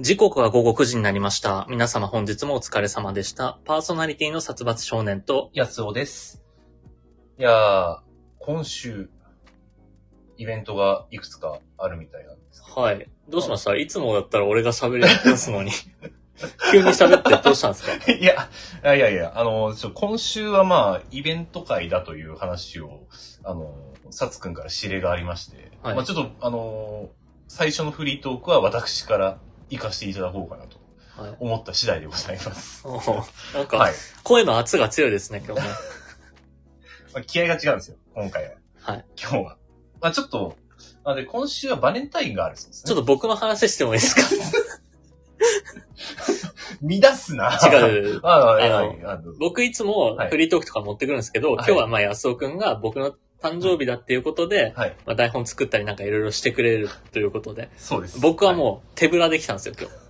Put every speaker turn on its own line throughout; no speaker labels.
時刻は午後9時になりました。皆様本日もお疲れ様でした。パーソナリティの殺伐少年と、
やつおです。いやー、今週、イベントがいくつかあるみたいなんですけど。
はい。どうしましたいつもだったら俺が喋ります のに。急に喋ってどうしたんですか
いや、いやいやいや、あの、ちょ今週はまあ、イベント会だという話を、あの、さつくんから指令がありまして、
はい
まあちょっと、あの、最初のフリートークは私から行かせていただこうかなと
はい
思った次第でございます。
おー。なん
は
か
い、。
声の圧が強いですね、今日ね。
まあ、気合が違うんですよ、今回は。
はい。
今日は。まあちょっと、まあで、今週はバレンタインがあるそうですね。
ちょっと僕の話してもいい です
乱すな。
か違う。
ああ、あ
あ
あ
の
あの
僕いつも
はい
フリートークとか持ってくるんですけど、
はい
今日はまあ安尾くんが僕の誕生日だっていうことで、
はい。
まあ、台本作ったりなんかいろいろしてくれるということで、
そうです。
僕はもう手ぶらできたんですよ、今日。
はい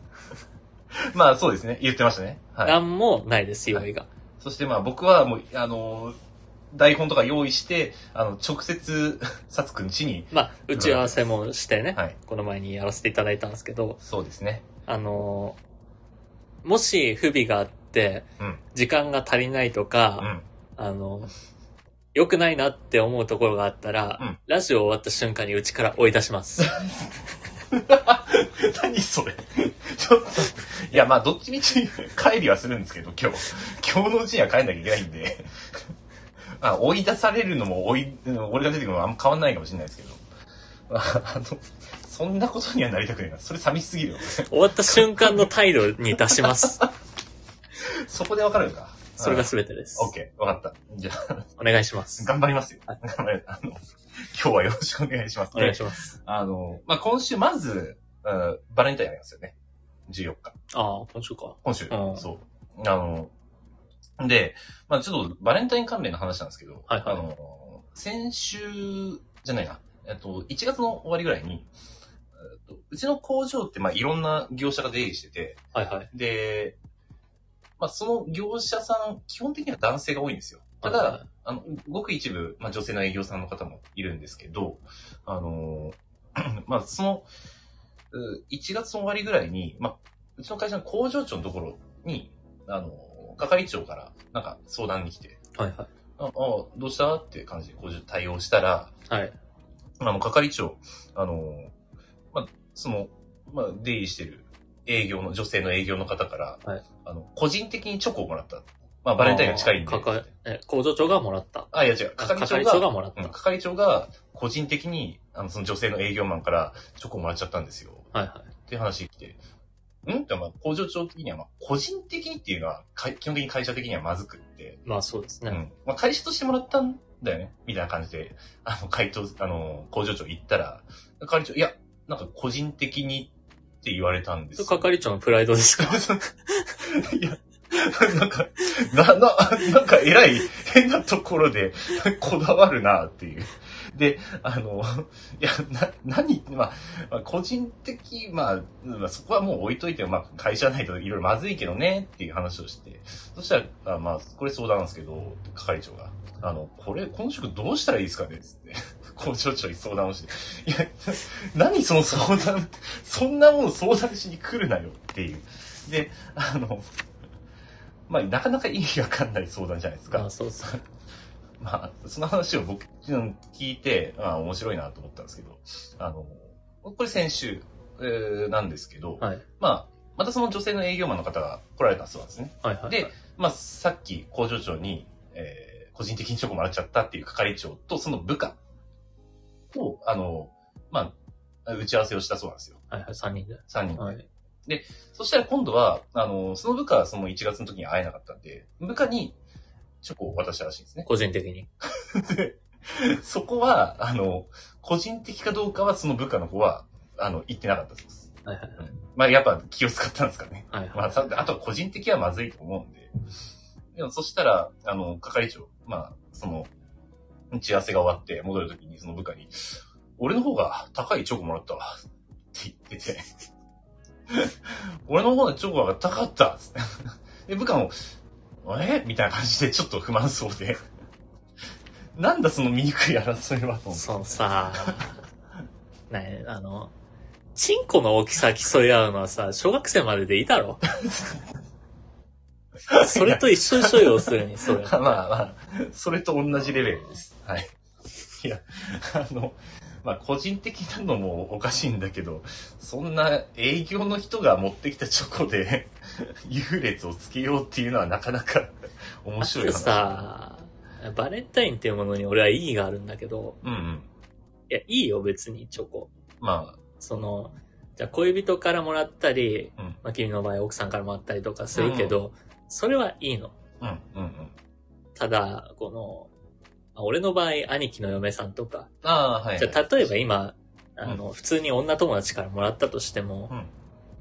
まあそうですね。言ってましたね。はい。
なんもないです、用意が。
そしてまあ僕はもう、あのー、台本とか用意して、あの、直接、 さつくん家に、
まあ、打ち合わせもしてね、
はい。
この前にやらせていただいたんですけど、
そうですね。
あのーもし不備があって
うん、
時間が足りないと
う
か、
ん。
あのー良くないなって思うところがあったら、
うん
ラジオ終わった瞬間にうちから追い出し ます。
何それ。ちょっと、いやまあどっちみち帰りはするんですけど、今日。今日のうちには帰んなきゃいけないんで。あ、追い出されるのも追い、うん俺が出てくるのもあんま変わんないかもしれないですけど。ああの、そんなことにはなりたくないな。それ寂しすぎるよ。
終わった瞬間の態度に出します。
そこでわかるのか。
それが
うん
全てです。
オッケー、わかった。じゃあ、
お願いします。
頑張りますよ。頑張りあ の、今日はよろしくお願いします。
お願いします。
あの、まあ、今週、まず、うんバレンタインありますよね。14日。
ああ、今週か。
今週。
うん
そう。あの、で、まあ、ちょっと、バレンタイン関連の話なんですけど、
はいはい
あの、先週、じゃないな、えっと、1月の終わりぐらいに、えっとうちの工場って、まあ、いろんな業者が出入りしてて、
はいはい。
で、まあ、その業者さん、基本的には男性が多いんですよ。た
はいは
だ、あの、ごく一部、まあ、女性の営業さんの方もいるんですけど、あの ーまあ、その、う1月の終わりぐらいに、まあ、うちの会社の工場長のところに、あのー係長から、なんか相談に来て、
い、はいは
ああ、どうしたって感じで、工場対応したら、
い。はい。
あの、係長、あの、まあ、その、まあ、出入りしてる営業の、女性の営業の方から、
はい
あの、個人的にチョコをもらった。まあ、バレンタインが近いんで。
あーかかえ工場長がもらった。
あ、いや違う、係長
係
が、
長がもらっ
う
た。
ん係長が個人的に、あの、その女性の営業マンからチョコをもらっちゃったんですよ。
はいはい。
っていう話が来て、んって、まあ、工場長的には、まあ、個人的にっていうのは、か基本的に会社的にはまずくって、
まあそうですね。
うん。まあ、会社としてもらったんだよね。みたいな感じで、あの、回答、あの、工場長行ったら、係長、いや、なんか個人的にって言われたんです
それ
よ。
係長のプライドですか
いや、なんか、な、な、なんか偉い、変なところで、 こだわるなっていう。で、あの、いや、な、何、まあまあ、個人的、まあ、まあ、そこはもう置いといて、まあ、会社ないといろいろまずいけどね、っていう話をして、そしたら、あまあ、これ相談なんですけど、係長が、あの、これ、この職どうしたらいいですかねつって、工場長に相談をして、いや、何その相談、そんなもの相談しに来るなよっていう。で、あの、まあ、なかなか意味わかんない相談じゃないですか。
まあそうですね。
まあ、その話を僕、うん聞いて、あ面白いなと思ったんですけど、あの、これ先週、えーなんですけど、
はい。
まあ、またその女性の営業マンの方が来られたそうなんですね。
はいはいはい。
で、まあ、さっき工場長に、えー個人的にチョコもらっちゃったっていう係長と、その部下を、あの、まあ、打ち合わせをしたそうなんですよ。
はいはい、3人で。
3人で。
はい。
そしたら今度は、あの、その部下はその1月の時に会えなかったんで、部下にチョコを渡したらしいんですね。
個人的に。
そこは、あの、個人的かどうかはその部下の子は、あの、言ってなかったそうです。
はいはい
まあ、やっぱ気を使ったんですかね。
はいはい。
まあ、さあとは個人的はまずいと思うんで。でも、そしたら、あの、係長、まあ、その、打ち合わせが終わって戻るときにその部下に、俺の方が高いチョコもらったわ。って言ってて。俺の方のチョコが高かった。で、部下も、えみたいな感じでちょっと不満そうで。なんだその醜い争いはと思って
そうさ、ね、あの、チンコの大きさ競い合うのはさ、小学生まででいいだろ。それと一緒でしょ、要するに、それ。
まあまあ、それと同じレベルです。はい。いや、あの、まあ個人的なのもおかしいんだけど、そんな営業の人が持ってきたチョコで 優劣をつけようっていうのはなかなか 面白い
あと
話。
さ、バレンタインっていうものに俺は意義があるんだけど、
うんうん。
いや、いいよ、別に、チョコ。
ま
その、じゃあ恋人からもらったり、
うん
まあ、君の場合奥さんからもらったりとかするけど、それはいいの。
あ、うんうんうん。
ただ、この、まあ俺の場合、兄貴の嫁さんとか、
ああ、はい、
じゃあ例えば今、あの、
う
普通に女友達からもらったとしても、
うん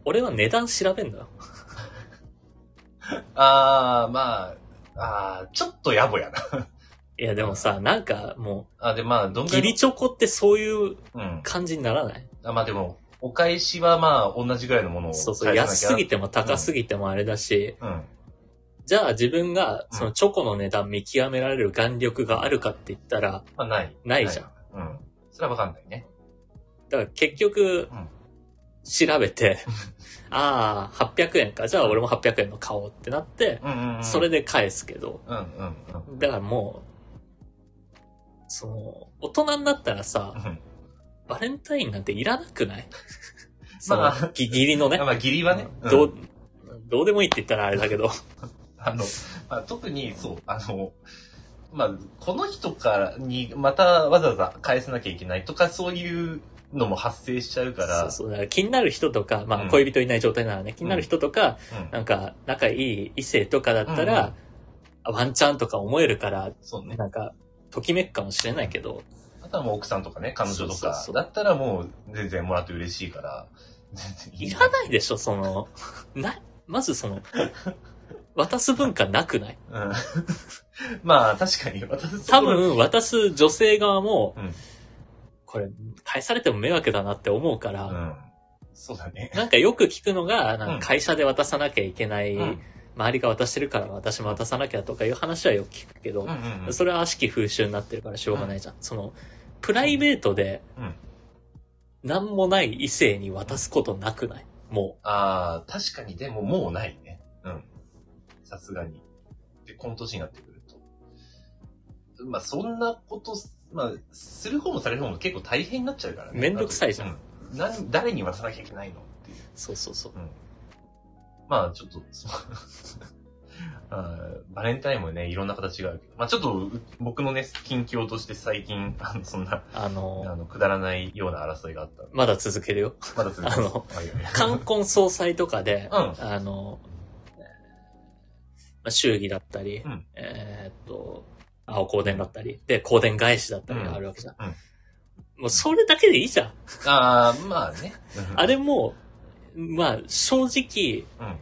俺は値段調べんだよ。
ああ、まあ、ああ、ちょっと野暮やな。
いや、でもさ、なんかも
あ、で、まあ、どん
う、
ぐ
義
らい
理チョコってそういう
の。うん。
感じにならない
あまあでも、お返しはまあ、同じぐらいのものを
そうそう、
返
安
さ
す
なきゃ
ぎても高すぎてもあれだし、
うん。
じゃあ自分が
うん
そのチョコの値段見極められる眼力があるかって言ったら、
まあ、ない。
ないじゃん。
うん。それはわかんないね。
だから結局
うん、
調べて、 ああ、800円か、じゃあ俺も800円の買おうってなって、
うんうん、うん。
それで返すけど、
うんうんうん。
だからもう、その、大人になったらさ、バレンタインなんていらなくないその、
まあ
ギギリのね
まあ、、まあ、義理はね、うん
どう、どうでもいいって言ったらあれだけど、
あの、まあ、特に、そう、あの、まあ、この人からに、またわざわざ返さなきゃいけないとか、そういうのも発生しちゃうから、
そうそうだから気になる人とか、ま
う
あ
ん
恋人いない状態ならね、気になる人とか、
うん
なんか仲いい異性とかだった
うんう
ら、ワンチャンとか思えるから、
そうね。
なんか、ときめくかもしれないけど、
あとはもう奥さんとかね、彼女
そう
と
そう
か
そ、う
だったらもう全然もらって嬉しいから、全然
いらないでしょ、その、 な、まずその、渡す文化なくない
うん。 まあ、確かに、私、
多、分、渡す女性側も、
うん
これ、返されても迷惑だなって思うから、
うん。そうだね。
なんかよく聞くのが、なんか
うん
会社で渡さなきゃいけない、
うん
周りが渡してるから私も渡さなきゃとかいう話はよく聞くけど、
うんうんうん
それは悪しき風習になってるからしょうがないじゃん。その、プライベートで
うん、
なんもない異性に渡すことなくないも
ああ、確かに、でももうないね。うん。さすがに。で、この年になってくると。まあ、そんなことす、まあ、する方もされる方も結構大変になっちゃうからね。
めんどくさいじゃん
ん。なん誰に渡さなきゃいけないのっていう。
う。そうそうそう。
まあ、ちょっと、 そうあーバレンタインもね、いろんな形があるけど。まあ、ちょっと、う僕のね、近況として最近、あの、そんな、
あ
あ
の、
の、くだらないような争いがあった。
まだ続ける よ。
まだ続きます
あの
はいはいはい
冠婚葬祭とかで、
うん
あの、まあ、祝儀だったり、
うん
えーっと、青光電だったり、で、光電返しだったりがあるわけじゃん。
うんうん
もうそれだけでいいじゃん。
ああ、まあね。
あれも、まあ、正直、
うん。うん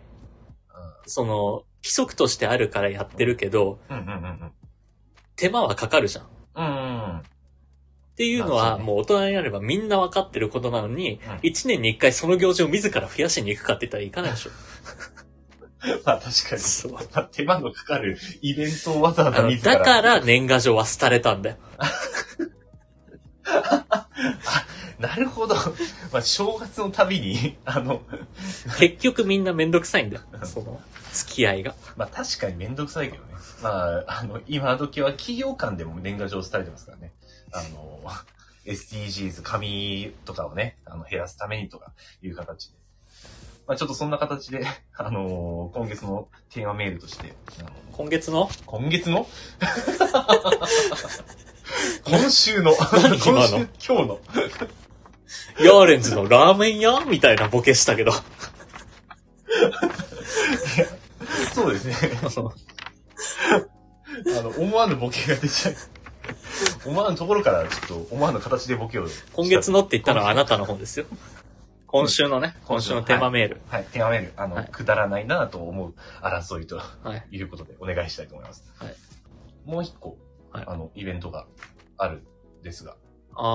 その、規則としてあるからやってるけど、
うんうんうんうん。
手間はかかるじゃん。っ
うんうん
ていうの
まあそ
は、
うね
もう大人になればみんなわかってることなのに
うん、
一、年に一回その行事を自ら増やしに行くかって言ったらいかないでし ょ。
うん。まあ確かに。
そう
まあ手間のかかるイベントをわざわ
あ
ざ
の
自ら。
だから年賀状は廃れたんだよ。
なるほど。 まあ正月のたびに、 あの、
結局みんなめんどくさいんだよ。その、付き合いが。
まあ確かにめんどくさいけどね。まあ、あの、今時は企業間でも年賀状伝えてますからね。あの、SDGs、紙とかをね、あの、減らすためにとかいう形で。まあちょっとそんな形で、 あの今月のテーマメールとして、あの
今月の
今月の 今週の
何今の
今週、今日の。
ヤーレンズのラーメン屋みたいなボケしたけど。
そうですね。 あの、思わぬボケが出ちゃう。思わぬところから、ちょっと、思わぬ形でボケを。
今月。のって言ったのはあなたの方ですよ。今週のね、今週のテーマメール。
はい、手紙メール。あの、
はい
くだらないなと思う争いと
はい。
いうことで、お願いしたいと思います。
はい
もう一個、
はい
あの、イベントがあるんですが、なんか
あ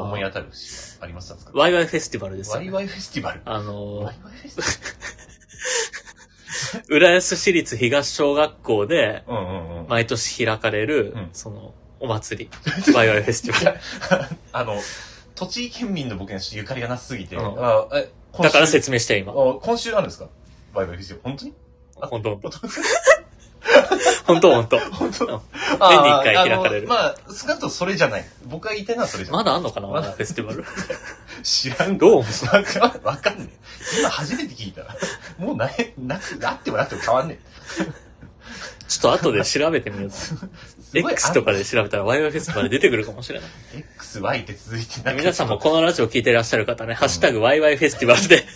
思い
ー。
当たる節はありましたか
ワイワイフェスティバルですよ
ワ
ね、
イワイフェスティバル。
あ
ワ
のー
イ、ワイフェスティ
浦安市立東小学校で、
バル。うんうんうん。
毎年開かれる、
うん
その、お祭り。ワイワイフェスティバ
い
ル。
や、あの、栃木県民の僕にはちょっとゆかりがなさすぎて、
うん
あえ今
だ
週
から説明して、今。
あ今週なんですかバイバイフィジオ。本当に
本 当本
本当
当本当
本当
うん
あー
年に一回開かれる
あのまあ、少なくともそれじゃない。僕が言いたいのはそれじゃない。
まだあんのかな
ま
ま
だ
だフェスティバル。
知らんけど
どうも。
わか わかんねえ。今初めて聞いた。もうなえ、なく、あってもなくても変わんね
ちょっと後で調べてみよう。
え。 すごい
X とかで調べたらワイワイフェスティバル出てくるかもしれない。
あ XY って続いてなんか
皆さんもこのラジオ聞いてらっしゃる方ね、ハッシュタグワイワイフェスティバルで。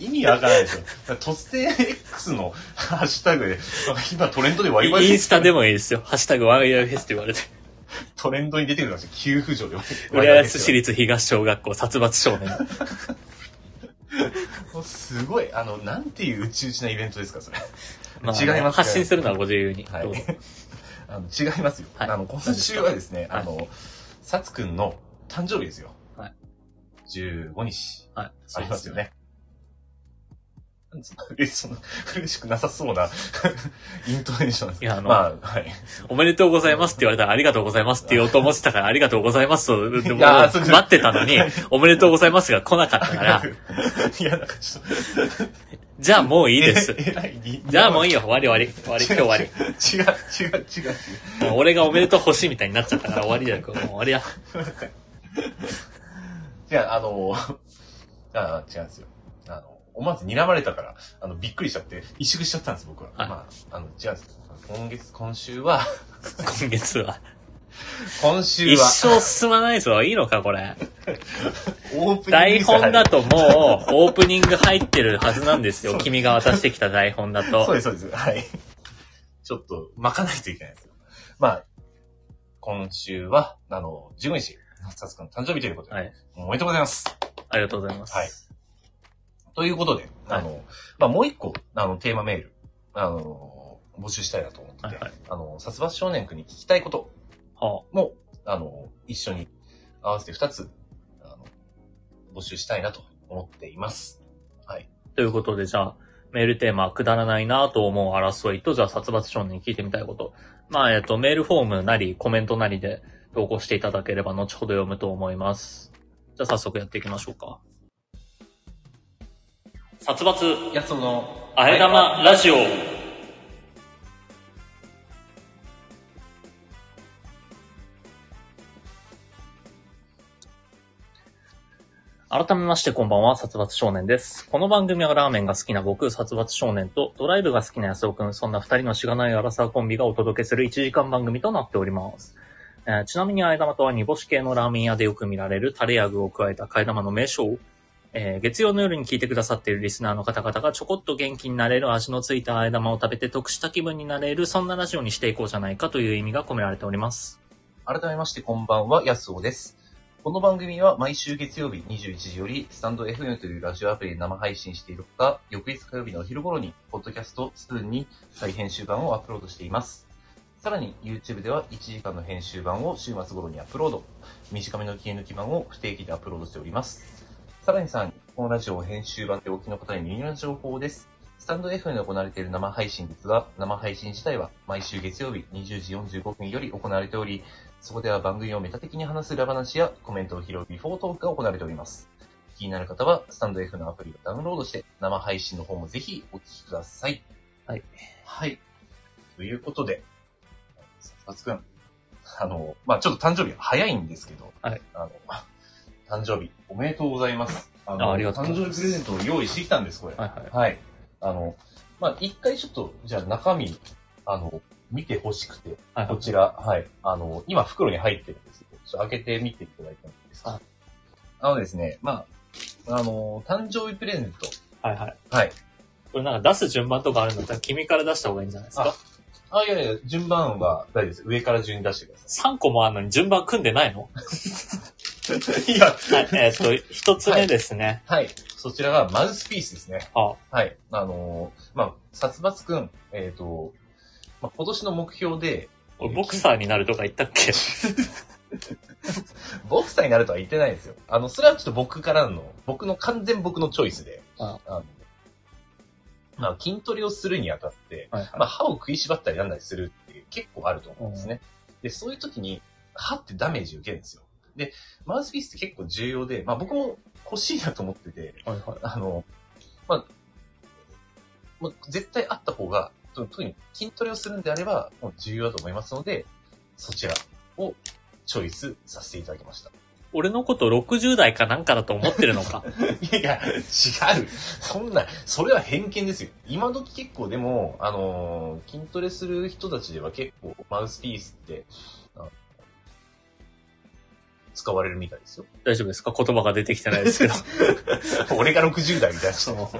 意味わからないでしょ。突然 X の ハッシュタグで、なんか今トレンドでワイワイ
インスタでもいいですよ。ハッシュタグワイワイフェスティバルで。
トレンドに出てくるんですよ。急浮上で。
浦安市立東小学校殺伐少年。
もうすごい、あの、なんていううちうちなイベントですか、それ。
まあ
違いますから
発信するのはご自由に。
はい
どうぞ。
あの違いますよ。
はい
あの、今週はですね、
はい
あの、さつくんの誕生日ですよ。
はい。
15日。
はい。
ありますよね。なんで そんな嬉しそんな嬉しくなさそうな イントネーションです
いやあの
まあ、はい。
おめでとうございますって言われたらありがとうございますって言おうと思ってたからありがとうございますと、でも
いやーそうそう
待ってたのに、おめでとうございますが来なかったから、
いや、なんかちょっと。
じゃあもういいです。
えらいに。
じゃあもういいよ、終わり終わり。終わり、今日終わり。
違う、違う、違う。違う
もう俺がおめでとう欲しいみたいになっちゃったから終わりだよ、もう終わりだ。
いや、あの、 あ違うんですよ。あの、思わず睨まれたから、あの、びっくりしちゃって、萎縮しちゃったんです、僕は。
はい
まあ、あの、違うんです。今月、今週は、
今月は。
今週
一
は、
生進まないぞ。いいのか、これ。
オープニング
台
ですから
本だともう、オープニング入ってるはずなんですよ。君が渡してきた台本だ
そう
と。
です、そうです。はい。ちょっと、巻かないといけないです。まあ、今週は、あの、15日、さつくんの誕生日ということで、
はい。
おめでとうございます。
ありがとうございます。
はいということで、あの、まあ、もう一個、あの、テーマメール、あの、募集したいなと思ってて、
はいはい
あの、殺伐少年くんに聞きたいこと
は
も、あの、一緒に合わせて二つ、あの、募集したいなと思っています。
あということで、じゃあ、メールテーマ、くだらないなぁと思う争いと、じゃあ、殺伐少年に聞いてみたいこと。まあ、えっと、メールフォームなり、コメントなりで投稿していただければ、後ほど読むと思います。じゃあ、早速やっていきましょうか。殺伐、
いや、その、
あえ玉ラジオ。改めましてこんばんは、殺伐少年です。この番組はラーメンが好きな僕、殺伐少年とドライブが好きな安尾くん、そんな二人のしがないアラサーコンビがお届けする1時間番組となっております。えーちなみに、あえ玉とは煮干し系のラーメン屋でよく見られるタレや具を加えた替え玉の名称、えー月曜の夜に聞いてくださっているリスナーの方々がちょこっと元気になれる味のついたあえ玉を食べて得した気分になれる、そんなラジオにしていこうじゃないかという意味が込められております。
改めましてこんばんは、やすおです。この番組は毎週月曜日21時より、スタンド FM というラジオアプリで生配信しているほか、翌日火曜日のお昼頃に、ポッドキャストスプーンに再編集版をアップロードしています。さらに YouTube では1時間の編集版を週末頃にアップロード。短めの切り抜き版を不定期でアップロードしております。さらにさん、このラジオを編集版でお聞きの方に耳の情報です。スタンド FM で行われている生配信ですが、生配信自体は毎週月曜日20時45分より行われており、そこでは番組をメタ的に話す裏話やコメントを拾うビフォートークが行われております。気になる方は、スタンド F のアプリをダウンロードして、生配信の方もぜひお聞きください。
はい。
はい。ということで、さつくん、あの、まあちょっと誕生日早いんですけど、
はい。
あの、誕生日おめでとうございます。あの
あありがとうござい
誕生日プレゼントを用意してきたんです、これ。
はいはい。
はい。あの、まあ一回ちょっと、じゃあ中身、あの、見てほしくて、
はいは
こ
い、
ちら、はい。あの、今袋に入ってるんですけど、ちょっと開けてみていただいてもいいですか
は
あのですね、まあ、あの、誕生日プレゼント。
はいはい。
はい。
これなんか出す順番とかあるんだったら君から出した方がいいんじゃないですか
あ、いやいや、順番は大丈夫です。上から順に出してくだ
?3 個もあるのに順番組んでないの
さ い。いや、
はい、えーっと、一つ目ですね。
はい。そちらがマウスピースですね。
あ、
はい。あのーまあ、殺伐くん、えっ、と、まあ、今年の目標で、
俺ボクサーになるとか言ったっけ
ボクサーになるとは言ってないですよ。あの、それはちょっと僕からの、僕の完全僕のチョイスで、
あ
のまあ、筋トレをするにあたって、
はい
まあ、歯を食いしばったりなんだりするって結構あると思うんですね。で、そういう時に、歯ってダメージ受けるんですよ。で、マウスピースって結構重要で、まあ僕も欲しいなと思ってて、
はいはい。
あの、まあ、まあ、絶対あった方が、と特に筋トレをするんであれば、もう重要だと思いますので、そちらをチョイスさせていただきました。
俺のこと60代かなんかだと思ってるのか。
いや、違う。そんな、それは偏見ですよ。今時結構でも、あのー筋トレする人たちでは結構マウスピースって、あの使われるみたいですよ。
大丈夫ですか言葉が出てきてないです けど。
俺が60代みたいな 人も。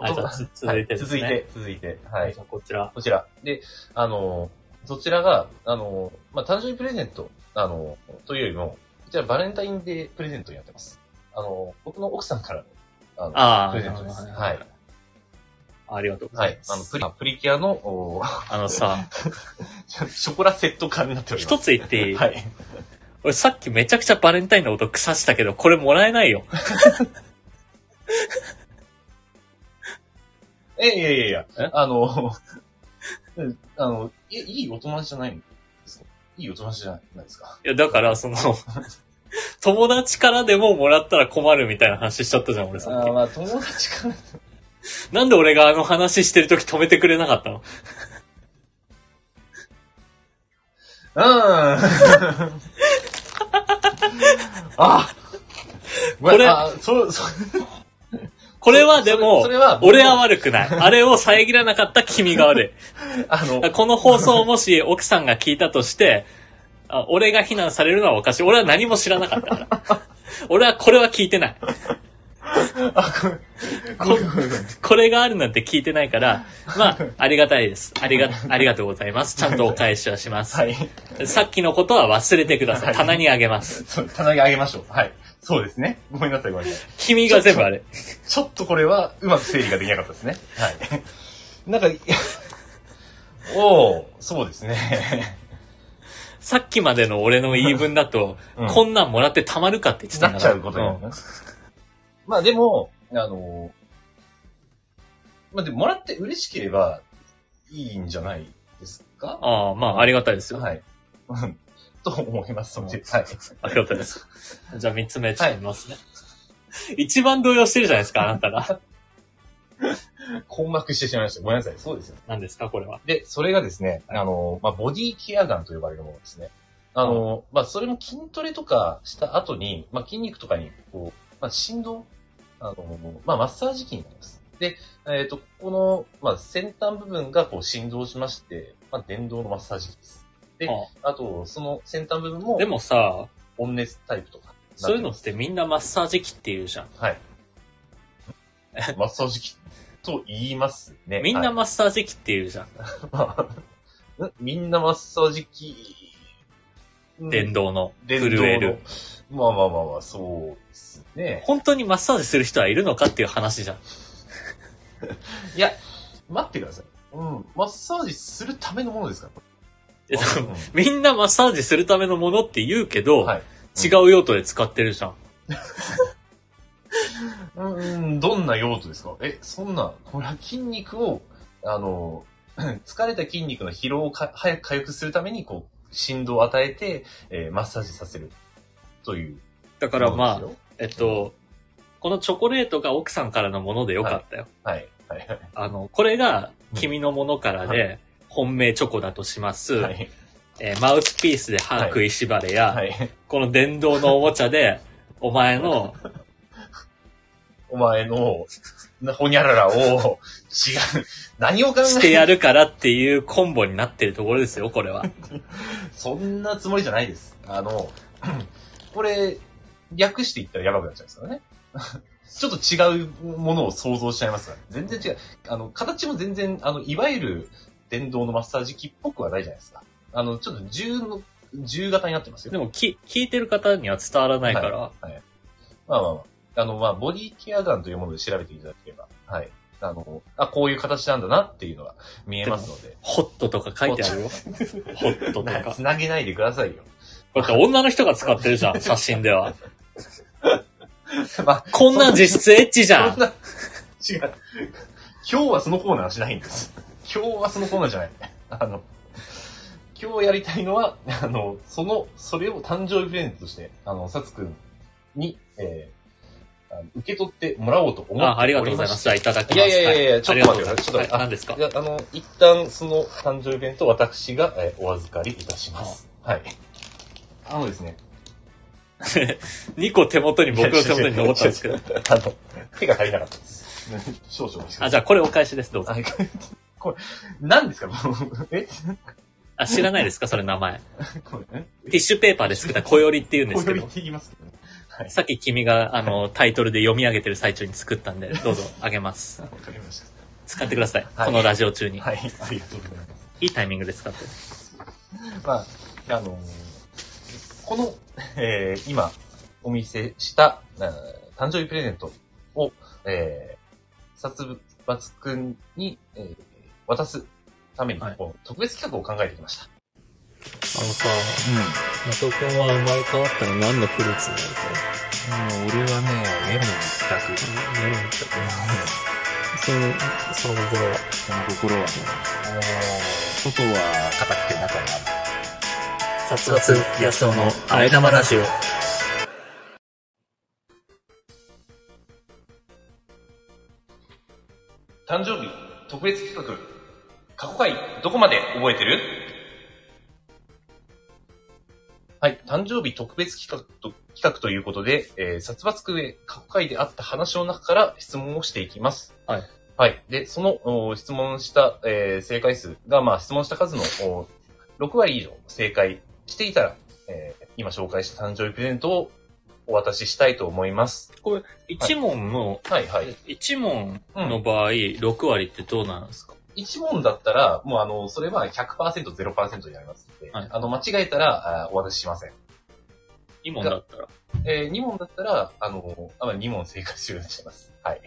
はい、じゃあつ続いてですね。
はい。続いて、続いて。はい
じ。ゃあこちら。
こちら。で、あの、そちらが、あの、まあ、誕生日プレゼント、あの、というよりも、こちらバレンタインデープレゼントになってます。あの、僕の奥さんからの、あの、
ああ、
プレゼントですはい。
ありがとうござ
はいい、
ます。
あの、プリあプリキュアの、おー
あの さ、
ショコラセット缶になっております。
一つ言っていい、
はい。
俺さっきめちゃくちゃバレンタインの音腐したけど、これもらえないよ。
え、いやいやいや
え、
あの、 うんあの、いいいお友達じゃないんですかいいお友達じゃないですか
いや、だから、その、 友達からでももらったら困るみたいな話しちゃったじゃん、俺さ
あーまあ、友達から
っき。なんで俺があの話してる時止めてくれなかったの
うん。 あこ
これ
あ、そう、そう。
これはでも
それそれは、
俺は悪くない。あれを遮らなかった君が悪い。
あの、
この放送をもし奥さんが聞いたとして、あ俺が非難されるのはおかしい。俺は何も知らなかったから。 俺はこれは聞いてない。
あ、これ、ごめんごめんごめん
これがあるなんて聞いてないから、まあ、ありがたいです。ありが、ありがとうございます。ちゃんとお返しはします。
はい。
さっきのことは忘れてくださ。
はいい
棚にあげます。
そう、棚にあげましょう。はい。そうですね。ごめんなさい、ごめんなさい。
君が全部あれ。
ちょっとこれは、うまく整理ができなかったですね。 はい。なんか、いやおー、そうですね。
さっきまでの俺の言い分だと、
うん
こんなんもらってたまるかって言ってたん
な
だ
っ
から
ちゃうことになるね。まあでも、あの、まあでも、もらって嬉しければいいんじゃないですか
ああ、まあ、ありがたいですよ。
はい。うんと思いますので、はい。
ありがたいです。 じゃあ、三つ目、ちょっと見ますね。一番動揺してるじゃないですか、あなた が。
困惑してしまいました。ごめんなさい。そうですよね。
何ですか、これは。
で、それがですね、あの、まあ、ボディケアガンと呼ばれるものですね。あの、まあ、それも筋トレとかした後に、まあ、筋肉とかに、こう、まあ、振動、あの、まあ、マッサージ機になります。で、えっ、と、ここの、まあ、先端部分がこう振動しまして、まあ、電動のマッサージ機です。で
あ
あと、その先端部分も、
で、もさ、
温熱タイプとか。
そういうのってみんなマッサージ機って言うじゃん。
はい。マッサージ機と言いますね。
みんなマッサージ機って言うじゃん。
まあ、ん みんなマッサージ機、
電動の。
電
震える。
まあまあまあまあ、そうですね。
本当にマッサージする人はいるのかっていう話じゃん。
いや、待ってください。うん。マッサージするためのものですから、こ
え
れ
だからみんなマッサージするためのものって言うけど、
はい
違う用途で使ってるじゃん。
うんうん。どんな用途ですかえ、そんな、これは筋肉を、あの、 疲れた筋肉の疲労をか早く回復するために、こう、振動を与えて、えーマッサージさせる。という。
だか
だ
らまあ、えっと、このチョコレートが奥さんからのものでよかったよ。
あ。はい。はい。
あの、これが君のものからで、本命チョコだとします。
はい。
えーマウスピースで歯食いしばれや、
はい。
この電動のおもちゃ で、お前の、
お前の、なほにゃららを、違う。何を考
し
え
てやるからっていうコンボになってるところですよ、これは。
そんなつもりじゃないです。あの、 これ、略していったらやばくなっちゃうんですからね。 ちょっと違うものを想像しちゃいますから。全然違う。あの、形も全然、あの、いわゆる電動のマッサージ機っぽくはないじゃないですか。あの、ちょっと銃の、銃型になってますよ。
でも、き、聞いてる方には伝わらないから、
まあまあまあ。あの、まあ、ボディケアガンというもので調べていただければ。はい。あの、あ、こういう形なんだなっていうのが見えますので。
ホットとか書いてあるよ。ホットと
な
か。
つなげないでくださいよ。
だって女の人が使ってるじゃん、写真では。
まあ、
こんなん実質エッチじゃ
そん
ん。
な、 違う。今日はそのコーナーはしないんです。今日はそのコーナーじゃない。あの、今日やりたいのは、あの、その、それを誕生日プレゼントとして、あの、さつくんに、えーあの受け取ってもらおうと思っておりま
あ、ありがとうございます。じゃあ、いただき
い
ま
や
す。
いやいやいや、ちょっと待ってください。ちょっと
は
待
い
って、
何ですか
いや、あの、一旦その誕生日イベントを私が、えーお預かりいたします。はい。あのですね。
2個手元に僕の手元に残ったんですけど。
あの、手が足りなかったです。少々お待ちく だ
あ、
さ
じ
い。
ゃあこれお返しです、どうぞ。
あ、じゃこれ、何ですか このえ
あ、知らないですかそれ名前。
これ、
ティッシュペーパーで作った小よりって言うんですけ
り
ど
っ。て言いますけどね。はい。
さっき君が、あの、タイトルで読み上げてる最中に作ったんで、どうぞあげます。
わかりまし
使ってください。
はい
このラジオ中に。
た。
い、
はい。ありがとうございます。
いタイミングで使って。
まあ、あのーこの、えー今、お見せした、えー誕生日プレゼントを、えー、殺伐くんに、えー渡すために、
はい
こう特別企画を考えてきました。
あのさ、マサオ君は生まれ変わったら何のフルーツになる
うん。俺はね、メロン一択。
かメロンだその、その心は。
その心はね、外は硬くて中は甘い。
殺伐安男のあえ玉ラジオ。
誕生日特別企画過去回どこまで覚えてるはい、誕生日特別企画と企画ということで、えー、殺伐くへ過去回であった話の中から質問をしていきます。
はい。
はい。で、そのお質問した、えー正解数が、まあ、質問した数のお6割以上正解していたら、えー今紹介した誕生日プレゼントをお渡ししたいと思います。
一問の、
はいはい。
一問の場合、6割ってどうなんですか
一問だったら、もうあの、それは100%、0%になりますので、
はい
あの、間違えたら、あーお渡ししません。
二問だったら。
えー、2問だったら、あの、あまあ、2問正解終了しちゃいます。はい。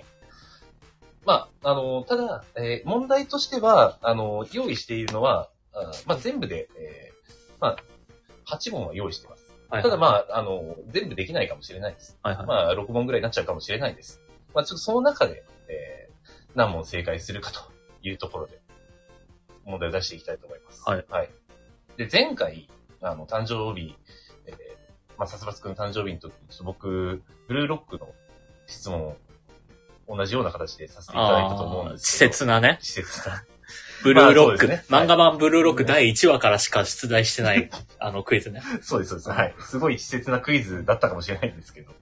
まあ、あの、ただ、えー問題としては、あの、用意しているのは、あーまあ、全部で、えーまあ、8問は用意しています。
はい
ただまあ、あの、全部できないかもしれないです。
あ、はいはい。
まあ、6問ぐらいになっちゃうかもしれないです。まあ、ちょっとその中で、えー、何問正解するかというところで、問題を出していきたいと思います。
はい。
はい。で、前回、あの、誕生日、えー、まあ、さすばつくんの誕生日の時に、ちょっと僕、ブルーロックの質問を同じような形でさせていただいたと思
あー
うんで
稚
すけど。
拙なね。
施設だ。
ブルーロック、
まあそうですねはい
漫画版ブルーロック第1話からしか出題して ない、あの、クイズね。
そうです、そうです。はい。すごい稚拙なクイズだったかもしれないんですけど。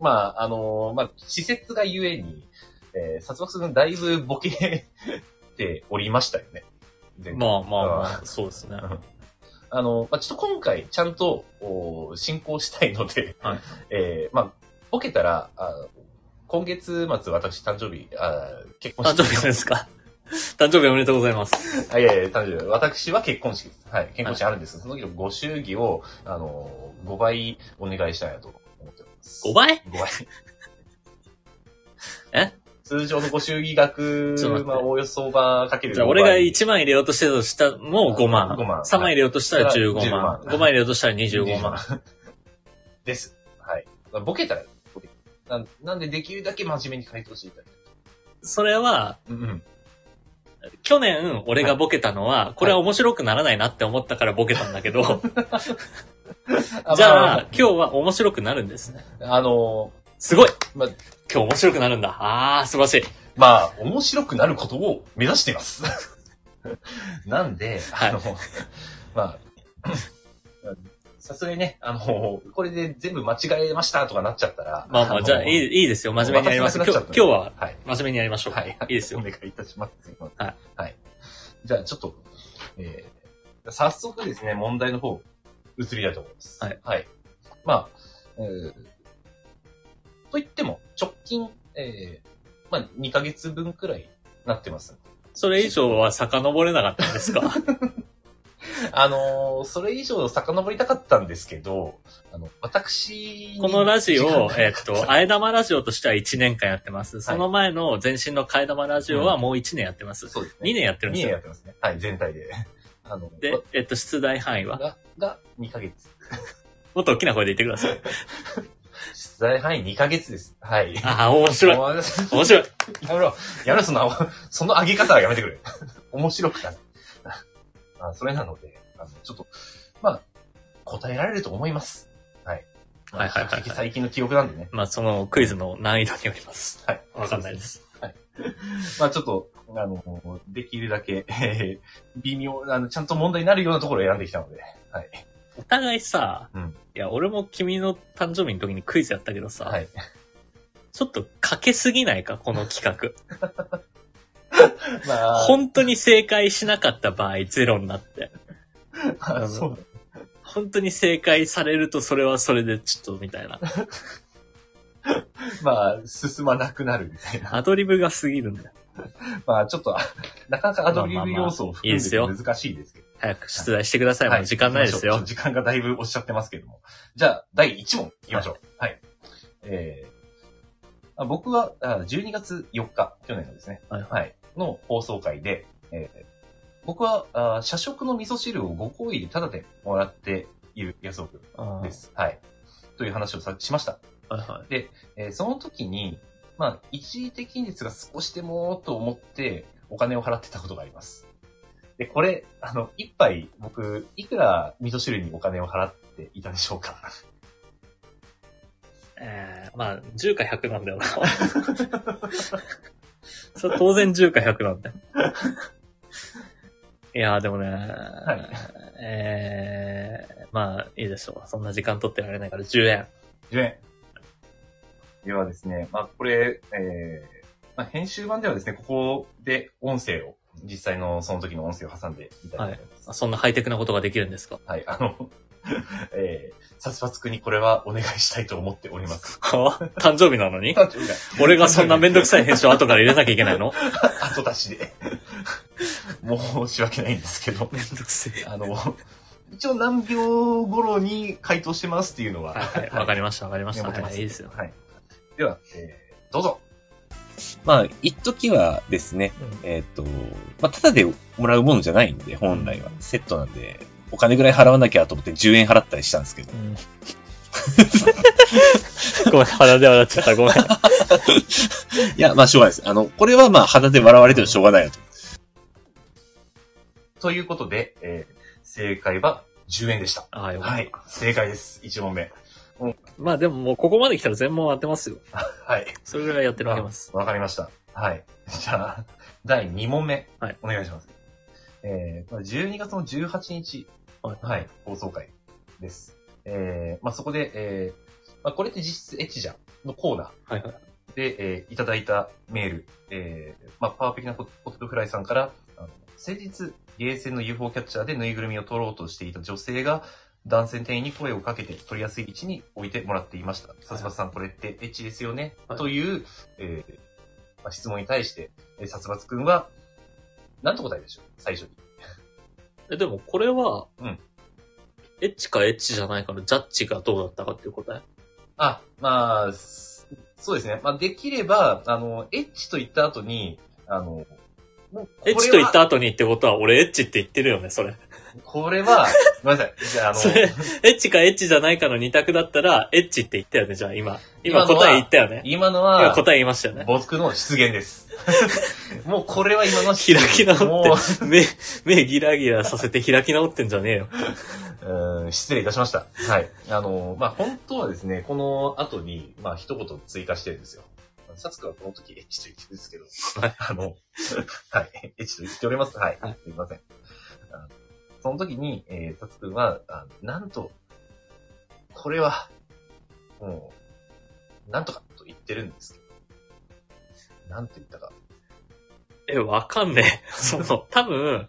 まあ、あのまあ、稚拙がゆえに、えー、殺伐君だいぶボケておりましたよね。で
まあまあまあ、そうですね。
あの、まあ、ちょっと今回ちゃんと、お進行したいので、
はい
えーまあ、ボケたら、あ今月末私誕生日、あ結婚
誕
式
生日ですか 誕生日おめでとうございます。
あ、いやいや、誕生日。私は結婚式です。はい。結婚式あるんですが、その時のご祝儀を、あの5倍お願いしたいなと思っております。
5倍
5倍。
え
通常のご祝儀額
ちょっと待っ、て
まあ、およそ相場かける
じゃあ俺が
一
1万入れようとしてたとしたらもう5万。
5万
3万入れようとしたら15万。
15万
5万入れようとしたら25万。。
です。はい。ボケたら、ボケなんなんで、できるだけ真面目に回答していただきたい。
それは、
うんうん。
去年俺がボケたのは、これは面白くならないなって思ったからボケたんだけ ど、じ
ま
ゃあ
あ、
今日は面白くなるんですね。
あの、
すごい
まあ
今日面白くなるんだ。あー、素晴らしい。
まあ、面白くなることを目指しています。 なんで、あの、まあ、さすがにね、あの、これで全部間違えましたとかなっちゃったら。
まあまあ、じゃあい
の
い、いいですよ。真面目にやります。今
渡
日
せなくな
今
っちゃった
日は
はい。
真面目にやりましょう。
はい。
いいですよ
お。願いいたします。すいません
はい。
はい。じゃあ、ちょっと、えー、早速ですね、問題の方、移りたいと思います。
はい。
はい。まあ、えー、と言っても、直近、えー、まあ、2ヶ月分くらいなってます。
それ以上は遡れなかったんですか
あのー、それ以上遡りたかったんですけど、あの、私に、
このラジ
時間
オ、
が
えっと、あえ玉ラジオとしては1年間やってます。その前の前身の替え玉ラジオはもう1年やってます。
そうです
2
ね。
年やってるん
2
です
年や
よ
っ。てますね。はい、全体で。あの、
で、えっと、出題範囲は
が、が2ヶ月。
もっと大きな声で言ってください。
出題範囲2ヶ月です。はい。
ああ、面白い。
い。
面白い。
やめろ。やめ ろ、その、その上げ方はやめてくれ。面白くない。あそれなので、ああの、ちょっと、まあ、答えられると思います。はい。まあ
はいはいはいはい
比較的最近の記憶なんでね。
まあ、そのクイズの難易度によります。
はい。
わかんないです。
まあちょっと、あの、できるだけ、 えー微妙、あの、ちゃんと問題になるようなところを選んできたので。はい。
お互いさ、
うん
いや、俺も君の誕生日の時にクイズやったけどさ、
はい。
ちょっとかけすぎないか、この企
ま
画。
あ、
本当に正解しなかった場合、ゼロになって。
まあそう
本当に正解されると、それはそれでちょっとみたい な。
まあ、進まなくなるみたいな。
アドリブが過ぎるんだよ。
まあちょっと、 なかなかアドリブ要素を含んでて
まあまあまあいい
難しいですけど。
早く出題してください。もう時間ないです
行き
よ
ましょう。時間がだいぶおっしゃってますけども。じゃあ、第1問行きましょう。はい。えーあ僕はあ12月4日、去年のですね。
はい
はい。の放送会で、えー僕はあ社食の味噌汁をご好意でタダでもらっている安尾くん
うんは
で
い
す。はい。という話をさしました。
はい。
えーその時に、まあ、一時的にですが少しでもと思ってお金を払ってたことがあります。で、これ、あの、一杯、僕、いくら味噌汁にお金を払っていたでしょうか
えー、まあ、10か100なんだよ な。それ当然10か100なんだ よ。いやーでもね、
い
えー、まあいいでしょう。そんな時間取ってられないから10円。
?10 円。ではですね、まあ、これ、えーまあ、編集版ではですね、ここで音声を、実際のその時の音声を挟んでみたいと思います。
そんなハイテクなことができるんです か
はい、あの、 えー、殺伐くんにこれはお願いしたいと思っており ます。
誕生日なのに 俺がそんなめんどくさい編集を後から入れなきゃいけないの
後出しで。 申し訳ないんですけど。
めんどくせえ。
あの、一応何秒頃に回答してますっていうのは。
はいはい。わかりましたわかりました。
メモってま
は
す
い、いいですよ。
はい。では、えーどうぞ。まあ、一時はですね、えーっ、と、まあ、ただでもらうものじゃないんで、本来は。セットなんで、お金ぐらい払わなきゃと思って10円払ったりしたんですけど。
ごめん、鼻で笑っちゃった。ごめん。
いや、まあ、しょうがないです。あの、これはまあ、肌で笑われてもしょうがないよと。ということで、えー正解は10円でした。
ああ、よかった。
はい。正解です。1問目。
まあでももうここまで来たら全問当てますよ。
はい。
それぐらいやってるわけます。
わかりました。はい。 じゃあ、第2問目。
はい。
お願いします。えー、これ12月の18日。
はい
はい。放送会です。えー、まあ、そこで、えー、まあ、これって実質エッチじゃんのコーナ
はいはい。
ーで、えー、いただいたメール。えー、まあ、パワーペキなポポテトフライさんから、あの先日、ゲーセンの UFO キャッチャーでぬいぐるみを取ろうとしていた女性が、男性店員に声をかけて取りやすい位置に置いてもらっていました。さすばさん、これってエッチですよね、
はい
という、えーまあ、質問に対して、えー、殺伐くんは、なんと答えたでしょう最初に。
え、でもこれは、
うん
エッチかエッチじゃないかのジャッジがどうだったかっていう答え。
あ、まあ、すそうですね。まあ、できれば、あの、エッチと言った後に、あの、もうこれ
エ
は
ッチと言った後にってことは、俺エッチって言ってるよね、それ。
これ は、ごめんなさい。じゃあ、あの
そ、れ、エッチかエッチじゃないかの二択だったら、エッチって言ったよね、じゃあ今。今
今のは
答え言ったよね。
今の
今
は、
答え言いましたよね。
僕の出現です。 もうこれは今の出
開
現
き直
も
っ
う
て、 目、目ギラギラさせて開き直ってんじゃねえよ。
うーん失礼いたしました。はい。あの、まあ、本当はですね、この後に、まあ、一言追加してるんですよ。サツクはこの時、エッチと言ってるんですけど、あの、はい、エッチと言っております。はい。
はい
すいません。あのその時に、えー、サツくんは、あのなんと、これは、もう、なんとかと言ってるんですけど、なんと言ったか。
え、わかんね え。その、多分、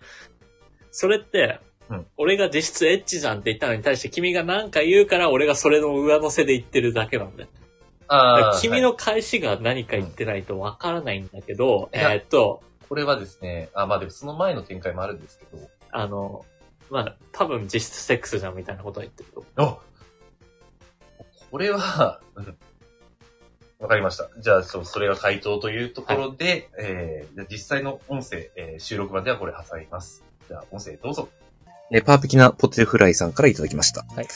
それって、
うん
俺が実質エッチじゃんって言ったのに対して君が何か言うから俺がそれの上乗せで言ってるだけなんだよ。だか
あ
ら
ー
君の返しが何か言ってないとわからないんだけど、
うん
えーっと、
これはですね、あ、まあ、でもその前の展開もあるんですけど、
あの、まあ、多分実質セックスじゃんみたいなことは言ってると。
おこれは、うんわかりました。じゃあ、そう、それが回答というところで、えーじゃあ実際の音声、えー収録版ではこれ挟みます。じゃあ、音声どうぞ。
えーパーペキなポテトフライさんからいただきました。
はい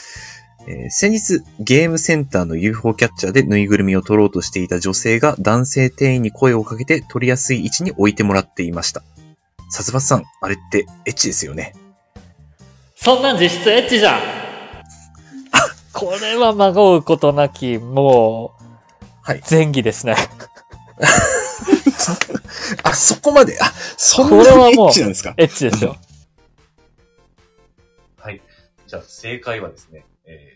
えー先日、ゲームセンターの UFO キャッチャーでぬいぐるみを取ろうとしていた女性が男性店員に声をかけて取りやすい位置に置いてもらっていました。殺伐さん、あれってエッチですよね。
そんなん実質エッチじ ゃんこれはまごうことなき、もう、
はい
前儀ですね。
あ、そこまで、あ、そん
これ
な
は
にエ
もう
ッチなんですか
エッチですよ。
はい。じゃあ、正解はですね、え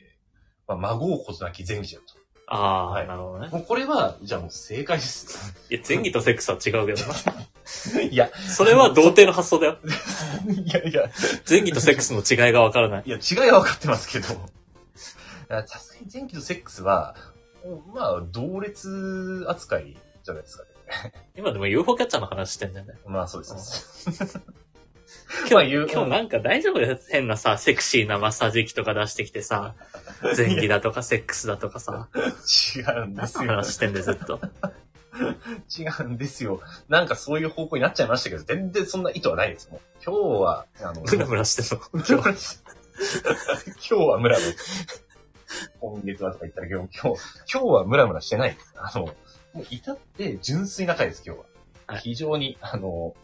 ー、まあ、孫をことなき前儀だと。
あー、
はい
なるほどね。
もうこれは、じゃあもう正解です。
いや、前儀とセックスは違うけどな。
いや、
それは童貞の発想だよ。
いやいや、
前儀とセックスの違いがわからない。
いや、違いは分かってますけど。あさすがに前期とセックスは、まあ、同列扱いじゃないですかね。
今でも UFO キャッチャーの話してんだよね。
まあ、そうです。
今
まあ
日、
言う
今日なんか大丈夫だよ。変なさ、セクシーなマッサージ機とか出してきてさ、前儀だと かセックスだとかさ、
違うんで
何
す
の
よ。
話してんだよ、ずっと。
違うんですよ。なんかそういう方向になっちゃいましたけど、全然そんな意図はないです。もう今日は、あ の、
ムラムラしてんの。
今日今日はムラムラ。今月はとか言ったけど、今日、今日はムラムラしてないです。あの、もう至って純粋な回です、今日は。
はい
非常に、あの、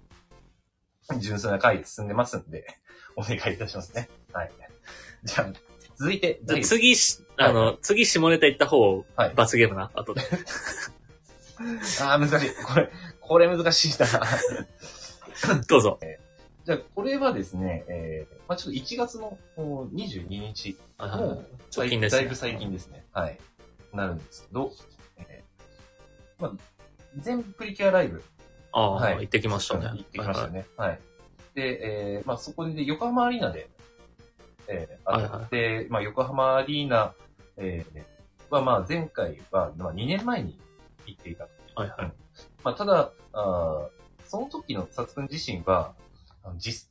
純粋な回進んでますんで、お願いいたしますね。はい。じゃあ、続いて、第
次し、あの、次下ネタ行った方、
はい
罰ゲームな、後で。
ああ、難しい。これ、これ難しいな。
どうぞ。
じゃあ、これはですね、えー、まあちょっと1月のお22日
あ
も
の
う
直近ですね
だいぶ最近ですね。はい。なるんですけど、えー、まあ全プリキュアライブ。
ああ、
はい
行ってきましたね。
行ってきました
はいはい
ね。はい。で、えー、まあそこで横浜アリーナで、えー、
はい
あ
はい
って、まあ横浜アリーナ、えー、はまあ前回は、まあ2年前に行っていた
はいはい。
まあ、ただ、あーその時のさつくん自身は、あの実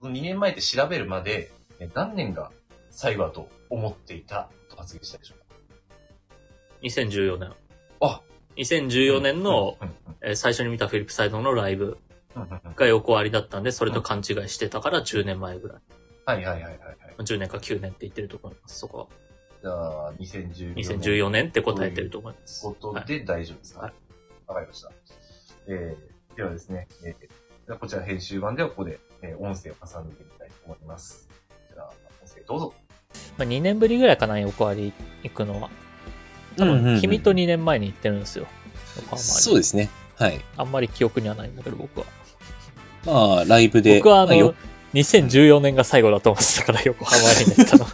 2年前で調べるまで、え何年が最後だと思っていたと発言したでしょう
2014年。
あ
2014年の、、
うん
えー最初に見たフィリップサイドのライブ
うんうんうんうん
が横割りだったんで、それと勘違いしてたから10年前ぐらい。
はいはいはいはいはい。
10年か9年って言ってると思います、そこは。
じゃあ、2014年。
2014年って答えてると思います。
ことで大丈夫ですか
は
わ
い、
かりました。えー、ではですね、えーじゃあこちら編集版ではここで、えー音声を挟んでみたいと思います。じゃあ、音声どうぞ。
まあ、2年ぶりぐらいかな、横浜に行くのは。
うんうんうん
君と2年前に行ってるんですよ。横浜に。
そうですね。はい。
あんまり記憶にはないんだけど、僕は。
まあ、ライブで。
僕はあの、
よ
2014年が最後だと思ってたから、横浜に行ったの。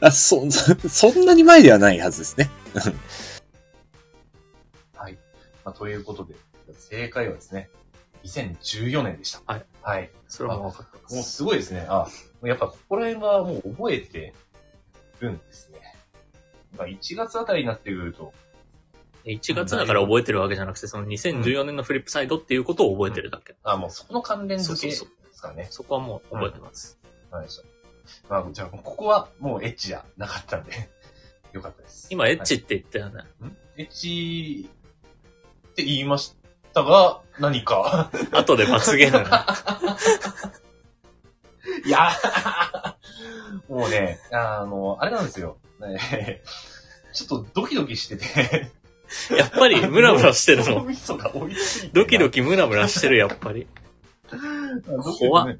あそ、 そそんなに前ではないはずですね。
まあ、ということで、正解はですね、2014年でした。
はい。
はい。
それはもう分かってます
もうすごいですね。あ、やっぱここら辺はもう覚えてるんですね。まあ、1月あたりになってくると、
1月だから覚えてるわけじゃなくて、その2014年のフリップサイドっていうことを覚えてるだけ。
あ、もうそこの関連付けで
そ
す
う
かね。
そこはもう覚えてます。
わかりました。まあ、じゃあ、ここはもうエッチじゃなかったんで、 よかったです。
今、エッチって言ったよね。
はい、んエッチって言いましたが、何 か。
後で罰ゲームが。
いや、 もうね、あの、あれなんですよ。 ねちょっとドキドキしてて、
やっぱり、 ムラムラしてる
脳
の。
みそが追いついてない
ドキドキムラムラしてる、やっぱり。怖っ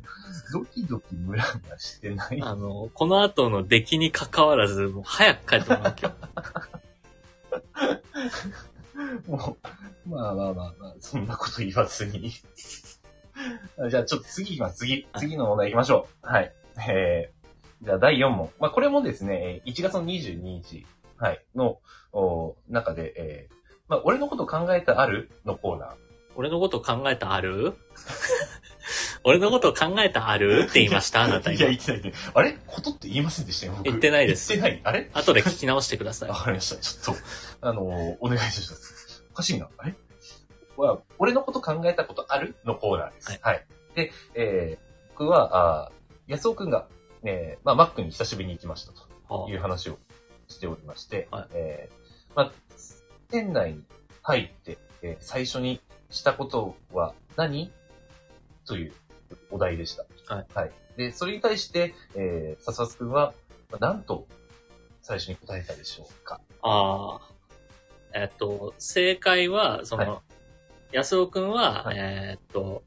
ドキドキムラムラしてない。
あの、この後の出来に関わらず、もう早く帰ってもらう きゃ。
もう、 まあまあまあまあ、そんなこと言わずに。 あじゃあちょっと次行きます。次、次の問題行きましょう。はい。えー、じゃあ第4問。まあこれもですね、えー1月の22日、はい、の、お中で、えー、まあ俺のこと考えたあるのコーナー。
俺のこと考えたある 俺のこと考えたあるって言いましたあなた
いや、
今
言。ってない言ってないあれことって言いませんでしたよ、僕。
言ってないです
言ってない。あれ
後で聞き直してください
わ。かりました。ちょっと、あのーお願いします。おかしいな。あれは、俺のこと考えたことあるのコーナーです。
はい
はい。で、えー、僕は、あー安尾くんが、えー、まあ、マックに久しぶりに行きました
あ
という話をしておりまして、
はい
えー、まあ、店内に入って、えー最初にしたことは何というお題でした。
はい。
で、それに対して、えー、笹津くんは、まあなんと最初に答えたでしょうか
あー。えっと、正解は、その、安尾くんは、
はい
えーっと、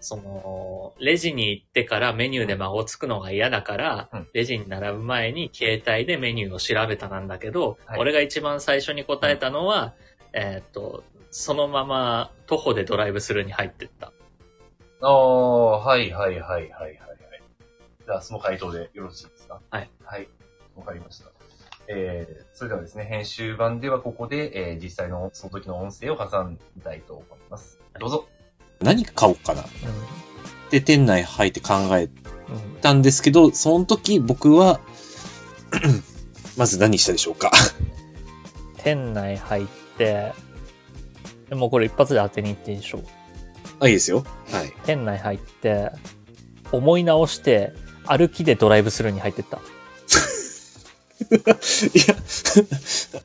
その、レジに行ってからメニューで間をつくのが嫌だから、
うん
レジに並ぶ前に携帯でメニューを調べたなんだけど、
はい
俺が一番最初に答えたのは、えーっと、そのまま徒歩でドライブスルーに入ってった。
ああ、はいはいはいはいはいはい。じゃあ、その回答でよろしいですか
はい。
はい。わかりました。えー、それではですね、編集版ではここで、えー、実際のその時の音声を挟みたいと思います。どうぞ。
何買おうかなで、店内入って考え
うん
たんですけど、その時僕は、 まず何したでしょうか
店内入って、でもうこれ一発で当てに行っていいでしょう。
あ、いいですよ。はい。
店内入って、思い直して、歩きでドライブスルーに入ってった。
いや、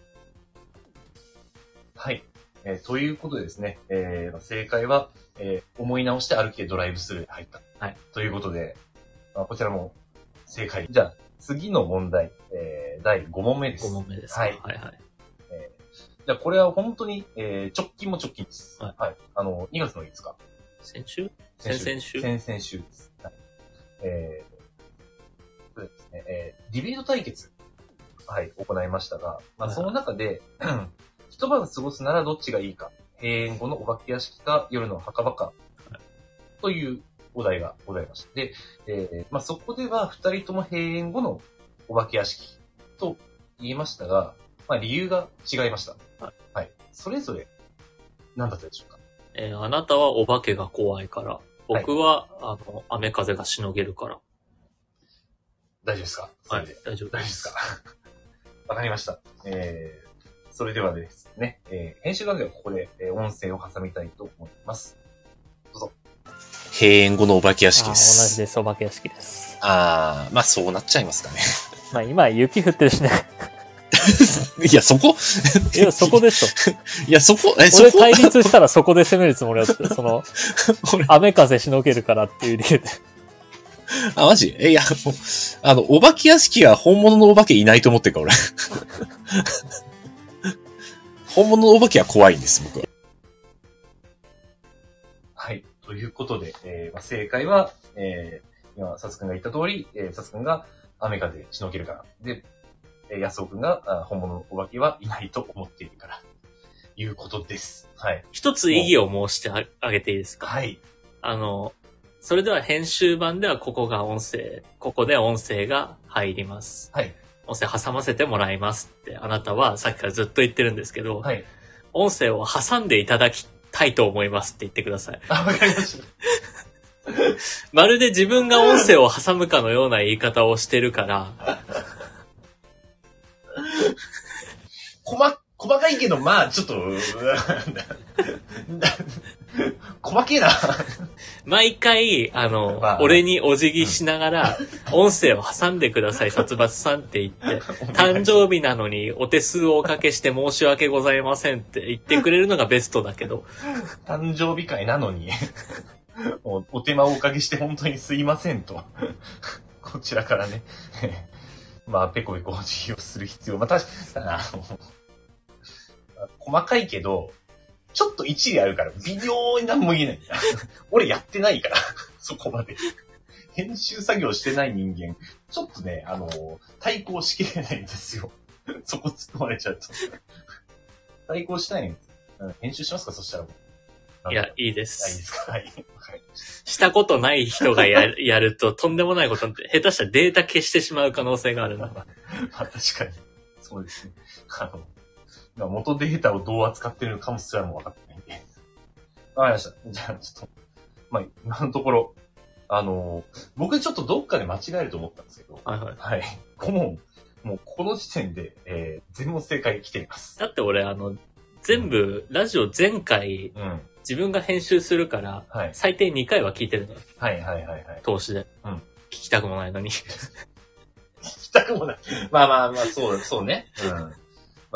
はい。えー、ということでですね、えー、正解は、えー、思い直して歩きでドライブスルーに入った。
はい。
ということで、まあ、こちらも正解。じゃあ、次の問題、えー、第5問目です。
5問目です。
はい
はいはい。
じゃあ、これは本当に、えー、直近も直近です。
はい
はい。あの、2月の5日。
先週
先
先々週
先々週です。はい、えー、そうですね、えー、ディベート対決、はい、行いましたが、まあ、
はい
その中で、 一晩過ごすならどっちがいいか、閉園後のお化け屋敷か夜の墓場か、というお題がございました。で、えー、まあ、そこでは二人とも閉園後のお化け屋敷と言いましたが、まあ、理由が違いました。
はい。
はい。それぞれ、何だったでしょうか
えーあなたはお化けが怖いから、僕は、あの、雨風がしのげるから。
大丈夫ですかそ
は
れ
い
で。、
大丈夫
大丈
で。
夫ですすかわかりました。えー、それではですね、えー、編集画ではここで、えー音声を挟みたいと思います。
閉園後のお化け屋敷で
あー同じ
す。
です、お化け屋敷です。
あー、まあそうなっちゃいますかね。
まあ今雪降ってるしね。
いや、そこ
いや、そこでしょ。
いや、そこ、え、そ
俺
こ
対立したらそこで攻めるつもりだった。その、
俺
雨風しのげるからっていう理由で。
あ、マジえ、いや、もう、あの、お化け屋敷は本物のお化けいないと思ってるから、俺。 本物のお化けは怖いんです、僕は。
はい。ということで、えーまあ、正解は、えー、今、サツくんが言った通り、えー、サツくんが雨風でしのげるから。で、えー、安尾くんがあ本物のお化けはいないと思っているから。いうことです。はい。
一つ異議を申してああげていいですか
はい。
あの、それでは編集版ではここが音声、ここで音声が入ります。
はい。
音声挟ませてもらいますって、あなたはさっきからずっと言ってるんですけど、
はい。
音声を挟んでいただきたいと思いますって言ってください。
あ、わかりました。
まるで自分が音声を挟むかのような言い方をしてるから、
細、細かいけど、まあ、ちょっと、うーなん だ細けえな。
毎回、あの、
まあ
俺にお辞儀しながら、音声を挟んでくだ さい、殺伐さんって言って、誕生日なのにお手数をおかけして申し訳ございませんって言ってくれるのがベストだけど、
誕生日会なのに お、お手間をおかけして本当にすいませんと。 こちらからね。 まあ、ペコペコお辞儀をする必要。まあ、確かに、あの、細かいけど、ちょっと一理あるから、微妙に何も言えない。 俺やってないから、 そこまで。編集作業してない人間、ちょっとね、あの、対抗しきれないんですよ。 そこ突っ込まれちゃうと。 対抗したいのうん編集しますかそしたらもう。
いや、いいで
あ、いい
す
で。すかはい。わかりまし
したことない人が ややると、とんでもないことに下手したらデータ消してしまう可能性があるな。
た。まあ 確かに。そうですね。あの、まあ元データをどう扱ってるのかもすらも分かってないんで。わかりました。じゃあちょっと、まあ今のところ、あの、僕ちょっとどっかで間違えると思ったんですけど、
はいはい。
はい。顧問、もうこの時点で、えー、全問正解来ています。
だって俺、あの、全部、ラジオ前回、
うん。
自分が編集するから、
はい。
最低2回は聞いてるのよ。
はいはいはいはい。
投資で。
うん
聞きたくもないのに。
聞きたくもない。まあまあまあ、そう、そうね。うん。ま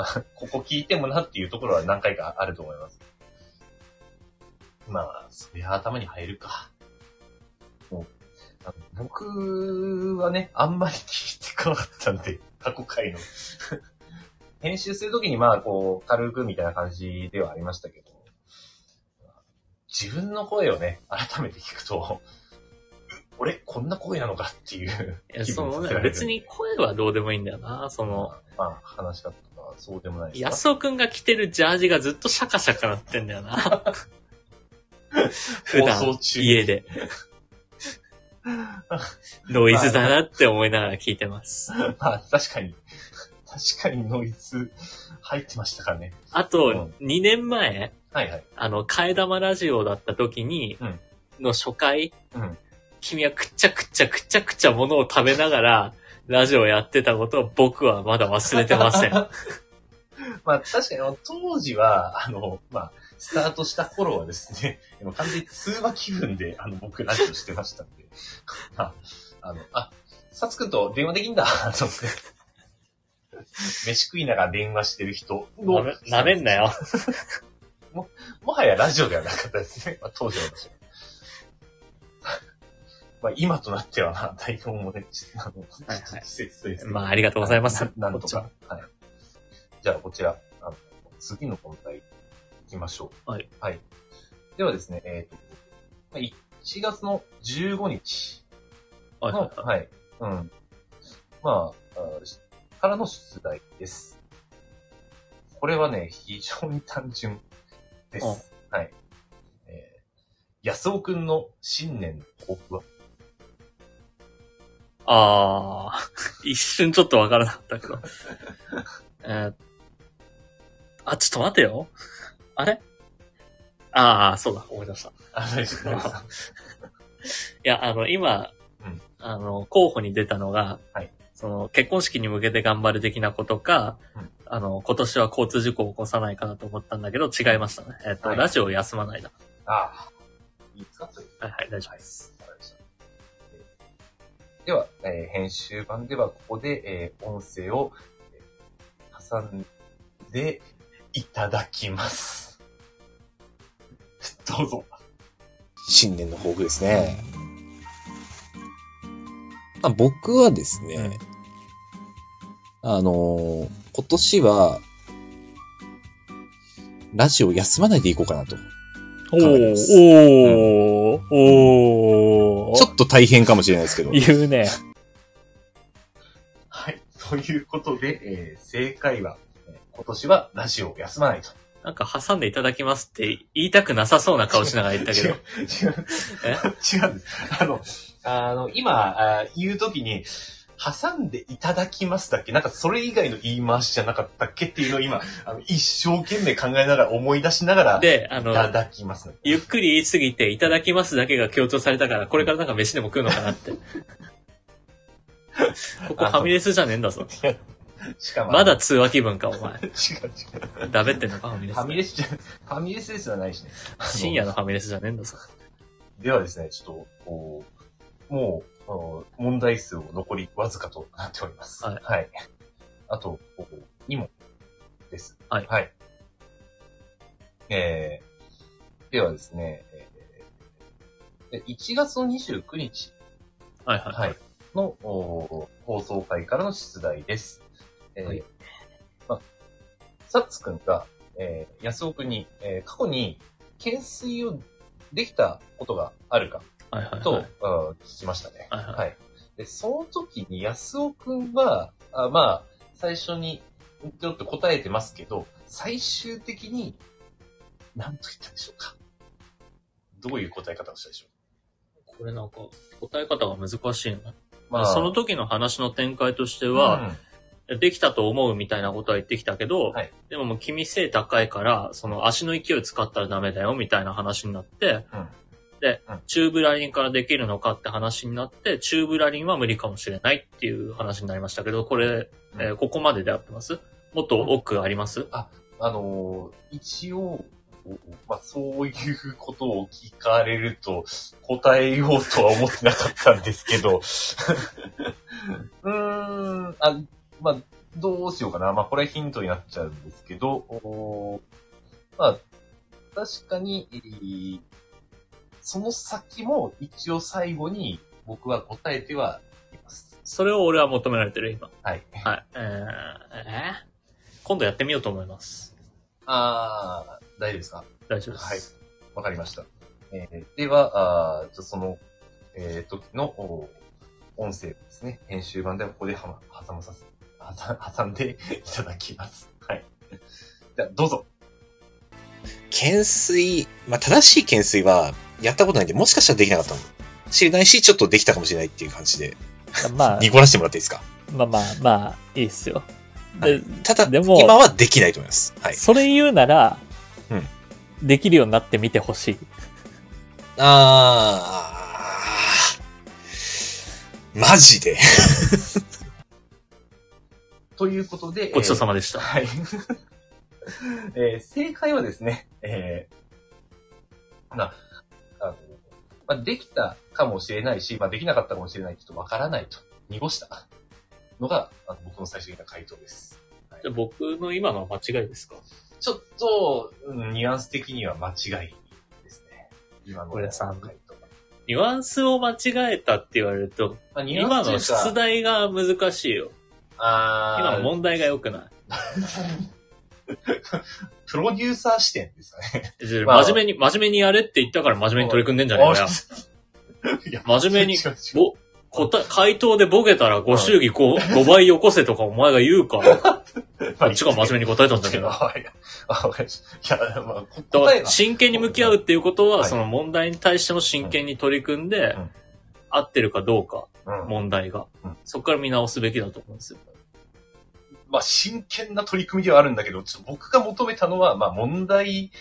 あ、ここ聞いてもなっていうところは何回かあると思います。まあ、そりゃ頭に入るか。もうあの僕はね、あんまり聞いてこなかったんで、過去回の。 編集するときにまあ、こう、軽くみたいな感じではありましたけど、自分の声をね、改めて聞くと、 う俺、こんな声なのかっていう、
いやその
気分させら
ね、
れる
別に声はどうでもいいんだよな。その、
まあ、話し方とかはそうでもないですか
安尾くんが着てるジャージがずっとシャカシャカなってんだよ な。普
放
段
送、中
家で。ノイズだなって思いながら聞いてます。
まあ、確かに、 確かにノイズ入ってましたからね。
あと、2年前、
はいはい。
あの、替え玉ラジオだった時に
うん、
の初回
うん、
君はくっちゃくっちゃくっちゃくっちゃものを食べながら、ラジオやってたことを僕はまだ忘れてま せん。
まあ、確かにあの、当時は、あの、まあ、スタートした頃はですね、 でも完全に通話気分で、あの、僕ラジオしてましたんで、 まあ、あの、あ、サツくんと電話できんだ、 と思って。飯食いながら電話してる人
な
の
め、なめんなよ。
もはやラジオではなかったですね。まあ、 当時の私は。まあ、今となっては、まあ、代表もね、あの、
はいはい
施設 という
まあ、ありがとうございます。
ななん
こ
と
っ
か。はい。じゃあ、こちら、あの次の問題、いきましょう。
はい。
はい。ではですね、えっ、とまあ、1月の15日
ちははい
の
は、いはい
はい。うん。まあ、あしからの出題です。これはね、非常に単純です。はい。えー、安尾くんの新年の抱負は
ああ、一瞬ちょっとわからなかったけ ど。えーあ、ちょっと待てよ。あれああ、そうだ、思い出した。い
あ、大丈夫ですか
や、あの、今、
うん
あの、候補に出たのが、
はい
その、結婚式に向けて頑張る的なことか、
うん
あの、今年は交通事故を起こさないかなと思ったんだけど、違いましたね。えっ、と、
はい
ラジオを休まないだ。
ああ、いいですかという
はいはい、大丈夫です。
わかりましたえーでは、えー編集版ではここで、えー音声を、えー挟んでいただきます。 どうぞ。
新年の抱負ですね。あ僕はですね、あのー今年は、ラジオ休まないでいこうかなと。
お
変わり
ー
ます
おーお
ちょ
ー
っと大変かもしれないですけど。
言うね。
はい。ということで、えー正解は、えー今年はラジオを休まないと。
なんか挟んでいただきますって言いたくなさそうな顔しながら言ったけ
違
ど
う。、違う、違うんです。あの、あの、今、あー言うときに、挟んでいただきますだっけなんかそれ以外の言い回しじゃなかったっけっていうのを今、あの一生懸命考えながら思い出しながら、い
で、あの、
ただきます、ね。
ゆっくり言いすぎて、いただきますだけが強調されたから、これからなんか飯でも食うのかな って。ここファミレスじゃねえんだぞ。
しかも、
ま
違
だ通話気分か、お前
う。違
だべってんのか、ファミ
う。
レ
ファミ
ス。
レスじゃ、ファミレスですらないしね。
深夜のファミレスじゃねえんだぞ。
ではですね、ちょっと、こうもうあの、問題数を残りわずかとなっております。
はい
あと、こう2問です。
はい
はい。えー、ではですね、えーで1月の29日
はいはい。
はい。の、おー放送会からの出題です。えー
はい
まあ、サッツくんが、えー、安尾くんに、えー過去に懸垂をできたことがあるか
はいはいはい。
と、うん聞きましたね。
はいはい
はい。で、その時に安尾くんは、あまあ、最初に、うんちょっと答えてますけど、最終的に、何と言ったでしょうかどういう答え方をしたでしょ
これなんか、答え方が難しいな。
うま
その時の話の展開として
時
は、、できたと思うみたいなことは言ってきたけど、
はい
でももう君背高いから、その足の勢い使ったらダメだよみたいな話になって、
うん
で、
うん
チューブラリンからできるのかって話になって、チューブラリンは無理かもしれないっていう話になりましたけど、これ、
うん
えーここまでで合ってますもっと奥あります
あのー一応、まあ、そういうことを聞かれると、答えようとは思ってなかったんですけど、うーん、あ、まあ、どうしようかな。まあ、これはヒントになっちゃうんですけど、おーまあ、確かに、えーその先も一応最後に僕は答えてはいます。
それを俺は求められてる、今。
はい。
はい。えーえー今度やってみようと思います。
あー、大丈夫ですか
大丈夫です。
はいわかりました。えーでは、あーちょその、えー時のお音声をですね、編集版ではここではま挟まさせ、挟挟んでいただきます。はい。じゃあどうぞ。
懸垂、まあ、正しい懸垂は、やったことないんで、もしかしたらできなかったの。知れないし、ちょっとできたかもしれないっていう感じで、
まあ、
濁らせてもらっていいですか。
まあまあ、まあ、いいっすよ。で、
ただ、
でも
今はできないと思います。はい。
それ言うなら、
うん
できるようになってみてほしい。
あー、マジで。
ということで、
ごちそうさまでした。
はい。 えー正解はですね、えーまあ、あの、まあ、できたかもしれないし、まあ、できなかったかもしれない、ちょっとわからないと、濁したのが、あの僕の最終的な回答です。
じゃあ僕の今のは間違いですか
ちょっと、うんニュアンス的には間違いですね。今の
これさ
回答が
ニュアンスを間違えたって言われると、
まあ、ニュア
今
ンスとい
の
うか
出題が難しいよ。
あ
今
ー
の問題が良くな
プロデューサー視点ですか ね。
い。真
まあ
面目に、真面目にやれって言ったから真面目に取り組んでんじゃねえかよ。
いや
真面目に
違う違う
ぼ、答え、回答でボケたらご祝儀 5, 5倍よこせとかお前が言うから、こ
まあ
っちが真面目に答えたんだけ
違う
ど。
あいやあわかりましたいや、まあ、こ
だか
答え
ら
は。
真剣に向き合うっていうことは、
はい
その問題に対しても真剣に取り組んで、
うん
合ってるかどうか、
うん
問題が
うん。
そこから見直すべきだと思うんですよ。
まあ、真剣な取り組みではあるんだけど、ちょっと僕が求めたのは、まあ、問題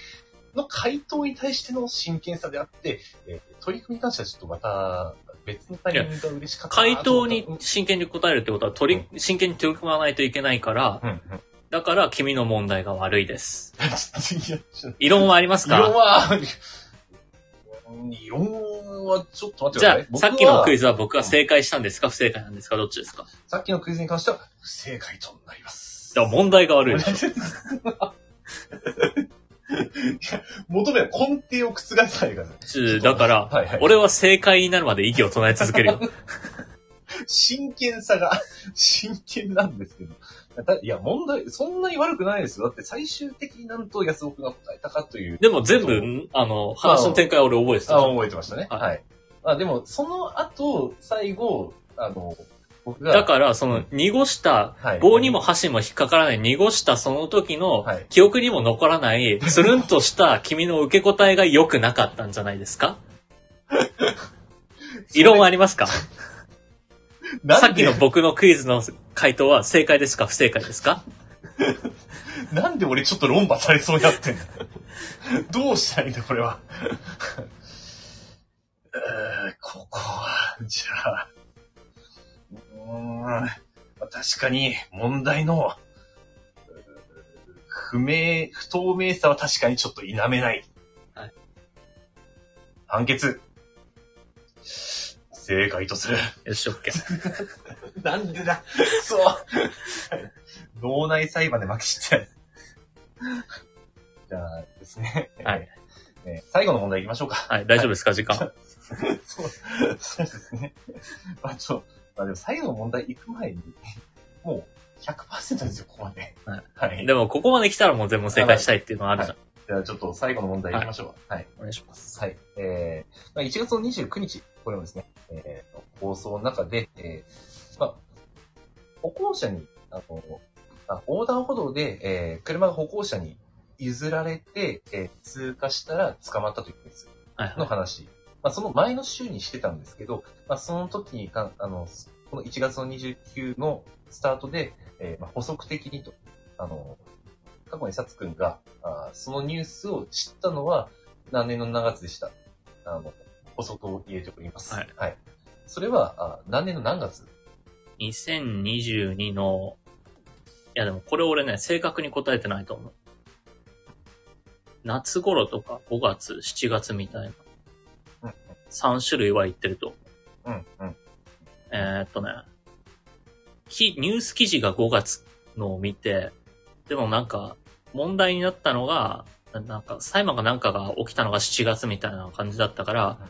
の回答に対しての真剣さであって、えー取り組みに関してはちょっとまた別のタイミングが嬉しかったな
回
と
答
思っ
に
たうん
真剣に答えるってことは、取り、真剣に取り組まないといけないから、
うん うん。
だから君の問題が悪いです。
いや、ちょっと
異論はあります
異論
か
は、うん異論はちょっと待
じ
ってくだ
ゃ
さい。
あ、さっきのクイ
ズ。
ズは僕が正解したんですか不正解なんですかどっちですか
さっきのクイズに関しては不正解となります。
だから問題が悪 いでしょ。
いや求める根底を覆さないでください。
ちょだから、
はいはい、
俺は正解になるまで意義を唱え続けるよ。
真剣さが、真剣なんですけど。だいや、問題、そんなに悪くないですよ。だって最終的になんと安岡が答えたかという。
でも全
そう
部、あの、話の展開は俺覚えてた
あ、
じゃん。
覚えてましたね。
はい
はい。あ、でも、その後、最後、あの、僕が。
だから、その、濁した、
はい
棒にも箸も引っかからない、濁したその時の
はい、
記憶にも残らない、つるんとした君の受け答えが良くなかったんじゃないですか異論はありますか
なんで
さっきの僕のクイズの回答は正解ですか不正解ですか
なんで俺ちょっと論破されそうにな ってんのどうしたらいいんだ、これ は。うーんここは、じゃあ、うーんまあ確かに問題の、うーん不明、不透明さは確かにちょっと否めない。
はい
判決。正解とする。
よし、OK。
なんでだ。そう。 脳内裁判で負けちゃう。じゃあですね。
はい
えー。えー最後の問題行きましょうか。
はい、大丈夫ですか時間。
そう、そうですね。まあちょ、まあでも最後の問題行く前に、もう100%ですよ、ここまで。
はい。
はい。
でも、ここまで来たらもう全問正解したいっていうのはあるじゃん。
じゃあちょっと最後の問題行きましょう。はい
お願いします。
はい。えー、まあ、1月の29日、これもですね、えー、放送の中で、えー、まあ、歩行者に、あの、あ横断歩道で、えー、車が歩行者に譲られて、えー通過したら捕まったというケース
はいはい
の話。まあ、その前の週にしてたんですけど、まあ、その時にか、あの、この1月の29のスタートで、えーまあ、補足的にと、あの、過去にサツくんが、あーそのニュースを知ったのは、何年の長月でした。あの、補足を入れております。
はい。
それは、あ何年の何月
2022の、いやでもこれ俺ね、正確に答えてないと思う。夏頃とか5月、7月みたい
うんう。
なん3種類は言ってると思う。
うん、うん。
えーっとね、きニュース記事が5月のを見て、でもなんか、問題になったのが、ななんか、裁判かなんかが起きたのが7月みたいな感じだったから
うん、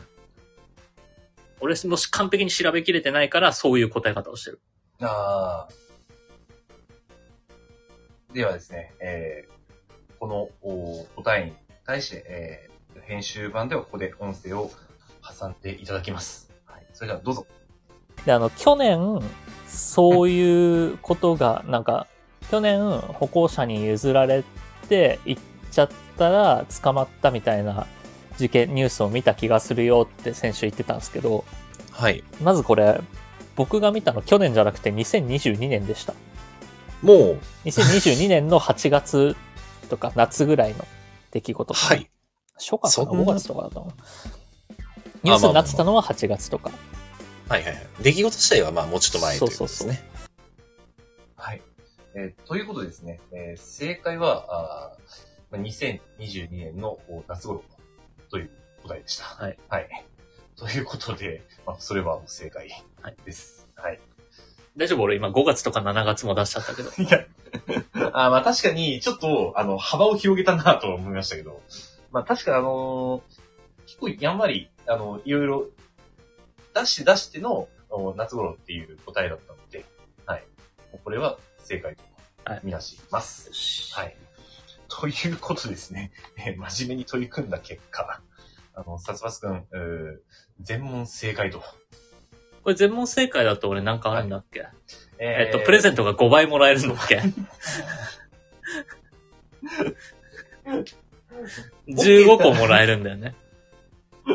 俺もし完璧に調べきれてないから、そういう答え方をしてる。
あーではですね、えーこのお答えに対して、えー編集版ではここで音声を挟んでいただきます。はい。それではどうぞ。
で、あの、去年、そういうことが、なんか、去年、歩行者に譲られて、行っちゃったら、捕まったみたいな事件、ニュースを見た気がするよって先週言ってたんですけど、
はい。
まずこれ、僕が見たの去年じゃなくて2022年でした。
も
2022年の8月とか夏ぐらいの出来
う、
事。
はい。
初夏か
そ
なん
な
?5 月とかだと思う。ニュースになってたのは8月とか。
はいはいはい。出来事自体はまあもうちょっと前ということですね。
はい。えーということでですね、えー正解は、あーまあ2022年のお夏頃という答えでした。
はい。
はい。ということで、まあ、それは正解
はい
です。はい。
大丈夫俺今5月とか7月も出しちゃったけど。
い、や、 あーまあ確かに、ちょっと、あの、幅を広げたなと思いましたけど、まあ確かあのー結構やんわり、あの、いろいろ出して出してのお夏頃っていう答えだったので、はい。もうこれは正解と
はい
みなします。はい。ということですね。えー真面目に取り組んだ結果、あの、さつばすくん、うー全問正解と。
これ全問正解だと俺なんかあるんだっけ、え
え
っと、プレゼ
ン
ントが5倍もらえるんだっ け ?15 個もらえるんだよね。
ト。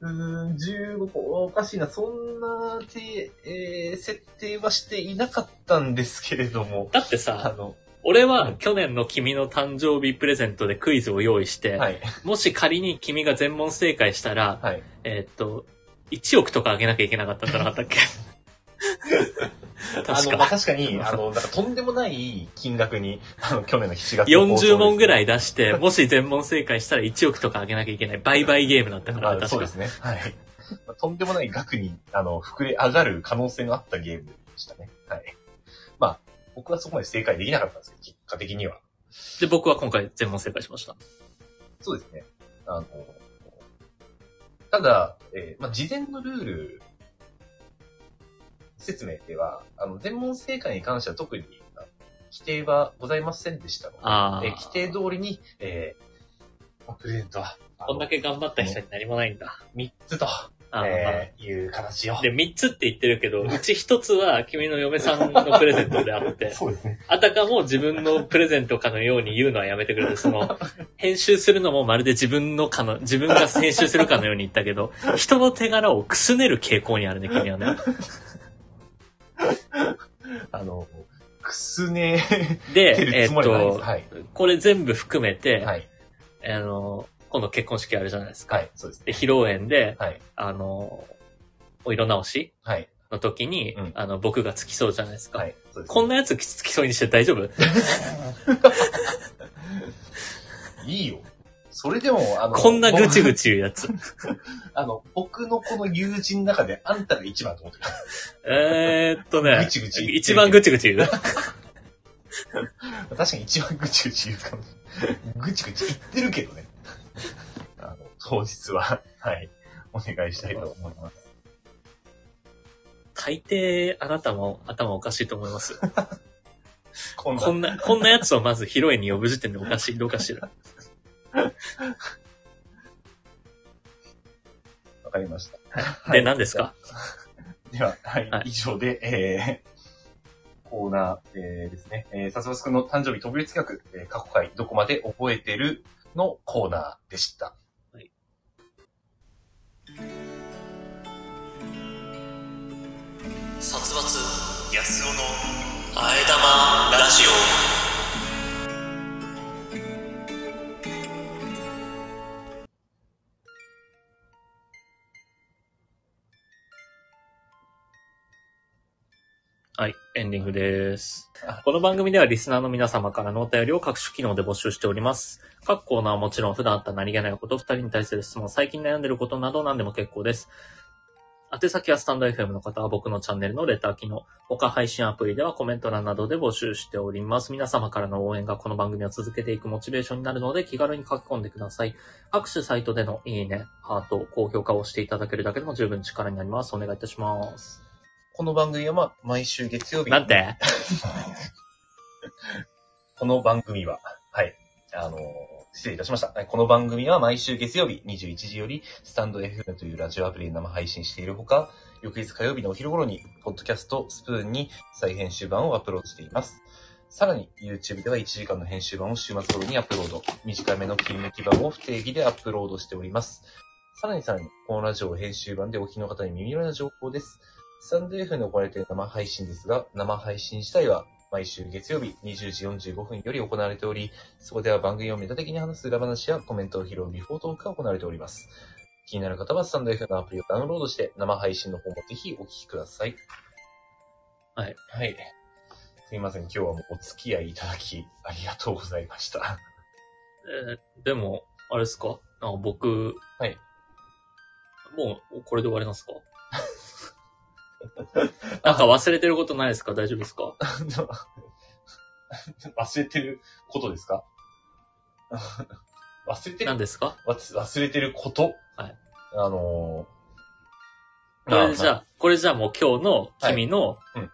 うーん、15個。おかしいな。そんな、て、えー設定はしていなかったんですけれども、
だって
あ
さ、
の、
俺は去年の君の誕生日プレゼントでクイズを用意して、
はい、
もし仮に君が全問正解したら、
はい。
えーっと、1億とかあげなきゃいけなかったんじゃなか ったっけ
あ
確
の、まあ、
か。
確かに、あの、なんかとんでもない金額に、あの、去年の7月の放送
40問ぐら
い。
い出 して、もし全問正解したら1億とかあげなきゃいけない。倍々ゲームだったから、
あそ
確
うで
か。
すね。はい。まあとんでもない額に、あの、膨れ上がる可能性のあったゲームでしたね。はい。まあ、僕はそこまで正解できなかったんですけど、結果的には。
で、僕は今回全問正解しました。
そうですね。あの、ただ、えーまあ、事前のルール説明では、あの、全問正解に関しては特にあの規定はございませんでしたので、
ああ。
えー規定通りに、えーまあプレゼントは、あの
こんだけ頑張った人に何もないんだ。
3つと、
あー
えーいう形を。
で、三つって言ってるけど、うち一つは君の嫁さんのプレゼントであって、
そうですね。
あたかも自分のプレゼントかのように言うのはやめてくれ。そ の、編集するのもまるで自分のかの、自分が編集するかのように言ったけど、人の手柄をくすねる傾向にあるね、君は ね。
あの、くすね
で
て、
え
る
っ
つもりはないです。
と、
はい。
これ全部含めて、
はい。
あの、今度結婚式あるじゃないですか。
はい。そうですね。
で、披露宴で、
はい。
あの、お色直し
はい。
の時に、
うん
あの、僕が付きそうじゃないですか。
はい。そうですね、
こんなやつ付き添いにして大丈夫
いいよ。それでも、あの、
こんなぐちぐち言うやつ。
僕あの、僕のこの友人の中であんたが一番と思ってる。
えーっとね。
ぐちぐち
一番ぐちぐち言う。
確かに一番ぐちぐち言うかもしれない。ぐちぐち言ってるけどね。あの、当日は、はい。お願いしたいと思います。
大抵、あなたも頭おかしいと思います。
こんな
こんな、こんなやつをまず披露宴に呼ぶ時点でおかしい、どうかしら。
わかりました。は
で、
い
何ですか
では、はい、
はい
以上で、えー、コーナー、えー、ですね、えー、さすばすくんの誕生日特別企画、えー、過去回どこまで覚えてるのコーナーでした。
はい
殺伐安尾のあえ玉ラジオ
はい、エンディングです。この番組ではリスナーの皆様からのお便りを各種機能で募集しております。各コーナーはもちろん普段あった何気ないこと、二人に対する質問、最近悩んでることなど何でも結構です。宛先はスタンド FM の方は僕のチャンネルのレター機能、他配信アプリではコメント欄などで募集しております。皆様からの応援がこの番組を続けていくモチベーションになるので気軽に書き込んでください。各種サイトでのいいね、ハート、高評価を押していただけるだけでも十分力になります。お願いいたします。
この番組は、まあ、毎週月曜日。
なんて
この番組は、はい、あのー失礼いたしました。えこの番組は毎週月曜日21時より、スタンド FM というラジオアプリで生配信しているほか、翌日火曜日のお昼頃に、ポッドキャストスプーンに再編集版をアップロードしています。さらに、YouTube では1時間の編集版を週末頃にアップロード。短めの切り抜き版を不定期でアップロードしております。さらにさらに、このラジオを編集版でお聞きの方に耳寄りな情報です。スタンド F に行われている生配信ですが、生配信自体は毎週月曜日20時45分より行われており、そこでは番組をメタ的に話す裏話やコメントを拾うビフォートークが行われております。気になる方はスタンド F のアプリをダウンロードして、生配信の方もぜひお聞きください。
はい。
はい。すいません、今日はもうお付き合いいただきありがとうございました。
えーでも、あれですかなんか僕、
はい。
もう、これで終わります かなんか忘れてることないですか大丈夫ですか
忘れてることですか 忘れてる
何ですか
わつ忘れてること
はい。
あの
こ
ー、
れじゃ
あ
あ、これじゃあもう今日の君の、
いうん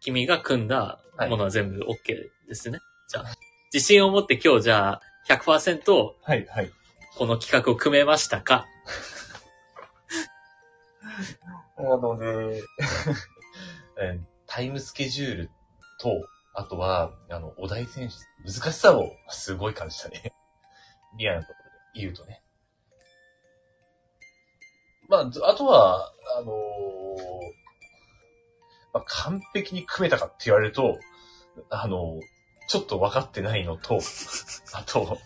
君が組んだものは全部 OK ですね。じゃあ、自信を持って今日じゃあ100%こ
はい、はい。
の企画を組めましたか
なので、 えータイムスケジュールと、あとは、あの、お題選出、難しさをすごい感じたね。 リアルなところで言うとね。まあず、あとは、あのーまあ、完璧に組めたかって言われると、あのーちょっと分かってないのと、あと、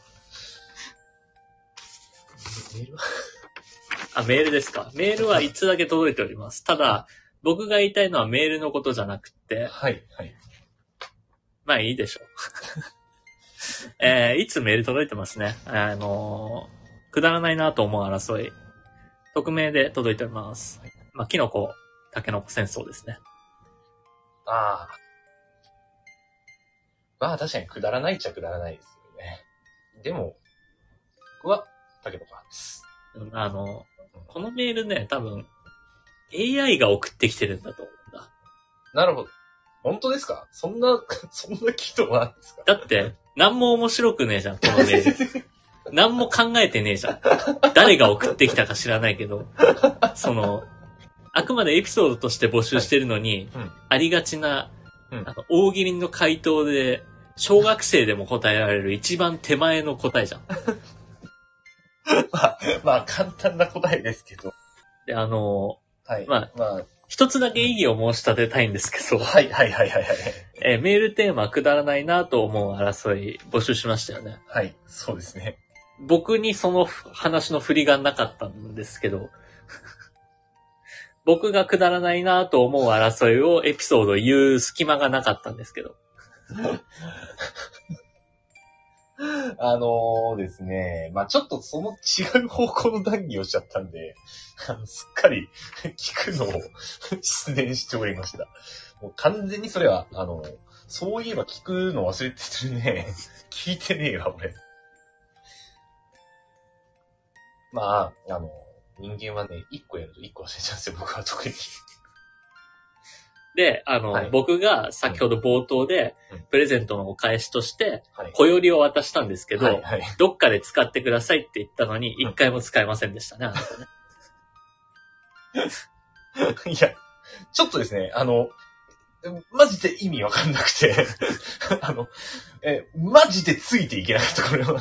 メールは
あ、メールですかメールは1つだけ届いております。ただ、僕が言いたいのはメールのことじゃなくて、
はい、はい。
まあいいでしょう。 えーいつメール届いてますね。あのーくだらないなと思う争い。匿名で届いております。まあ、キノコ、タケノコ戦争ですね。
ああ。まあ確かにくだらないっちゃくだらないですよね。でも、僕は、竹の子派です。
あの、このメールね、多分、AI が送ってきてるんだと思うんだ。
なるほど。本当ですかそんな、 そんな気度はあるんですか
だって、何も面白くねえじゃん、このメール。何も考えてねえじゃん。誰が送ってきたか知らないけど、その、あくまでエピソードとして募集してるのに、
はいうん
ありがちな、
うん
あの大喜利の回答で、小学生でも答えられる一番手前の答えじゃん。
まあ、まあ簡単な答えですけど。
で、あの、
はい。
ま
あ、ま
一つだけ異議を申し立てたいんですけ
あ、
ど、
はいはいはいはいはい。
えーメールテーマくだらないなと思う争い募集しましたよね。
はい、そうですね。
僕にその話の振りがなかったんですけど、 僕がくだらないなと思う争いをエピソード言う隙間がなかったんですけど。
あのーですね、まあちょっとその違う方向の談義をしちゃったんで、 あのすっかり 聞くのを失念しておりました。もう完全にそれは、あの、そういえば聞くの忘れてるね。 聞いてねえわ、俺。まあ、あの、人間はね、一個やると一個忘れちゃうんですよ、僕は特に。
で、あの、
はい
僕が先ほど冒頭で
うん、
プレゼントのお返しとして、
はい。
小よりを渡したんですけど、
はい、はい。
どっかで使ってくださいって言ったのに、
うん
一回も使えませんでしたね。あの
いや、ちょっとですね、あの、マジで意味わかんなくて、 あの、え、マジでついていけなかった、これは。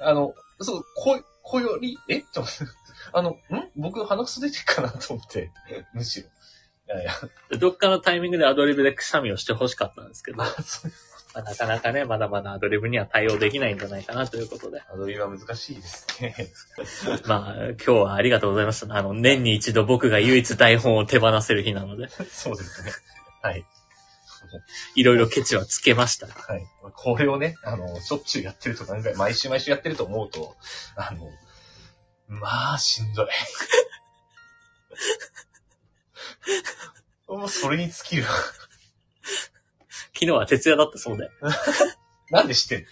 あの、そう、こ、こより、えと思って、あの、ん僕鼻くそ出てるかなと思って、むしろ。いやいや、
でどっかのタイミングでアドリブでくしゃみをしてほしかったんですけど、
ま
ま
あ、そう
あなかなかね、まだまだアドリブには対応できないんじゃないかなということで。
アドリブは難しいですね。
まあ、今日はありがとうございました。あの、年に一度僕が唯一台本を手放せる日なので、
そうですね。はい。
いろいろケチはつけました。
はい。これをね、あの、しょっちゅうやってると考え、毎週毎週やってると思うと、あの、まあ、しんどい。 もうそれに尽きる。
昨日は徹夜だったそうで。
なんで知ってん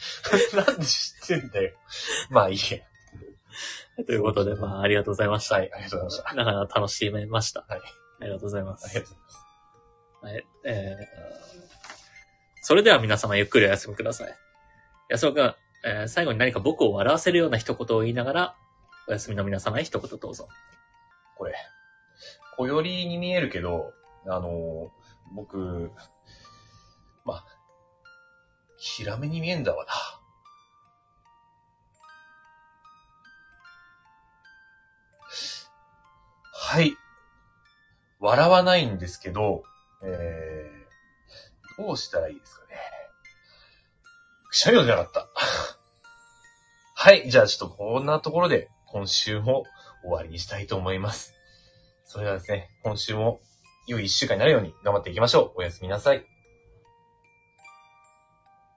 の なんで知ってんだよ。まあいいや。
ということで、まあ、ありがとうございました。
はい、ありがとうございまし
なかなか楽しめました。
た。はい。
ありがとうございま
あり
す
が。とうございます。
はい。えー、それでは皆様ゆっくりお休みください。安尾くん、えー最後に何か僕を笑わせるような一言を言いながら、お休みの皆様へ一言どうぞ。
これ。小よりに見えるけど、あのー僕、まあ、ヒラメに見えんだわな。はい。笑わないんですけど、えー、どうしたらいいですかね。くしゃみが出なかった。はい。じゃあちょっとこんなところで、今週も終わりにしたいと思います。それではですね、今週も良い一週間になるように頑張っていきましょう。おやすみなさい。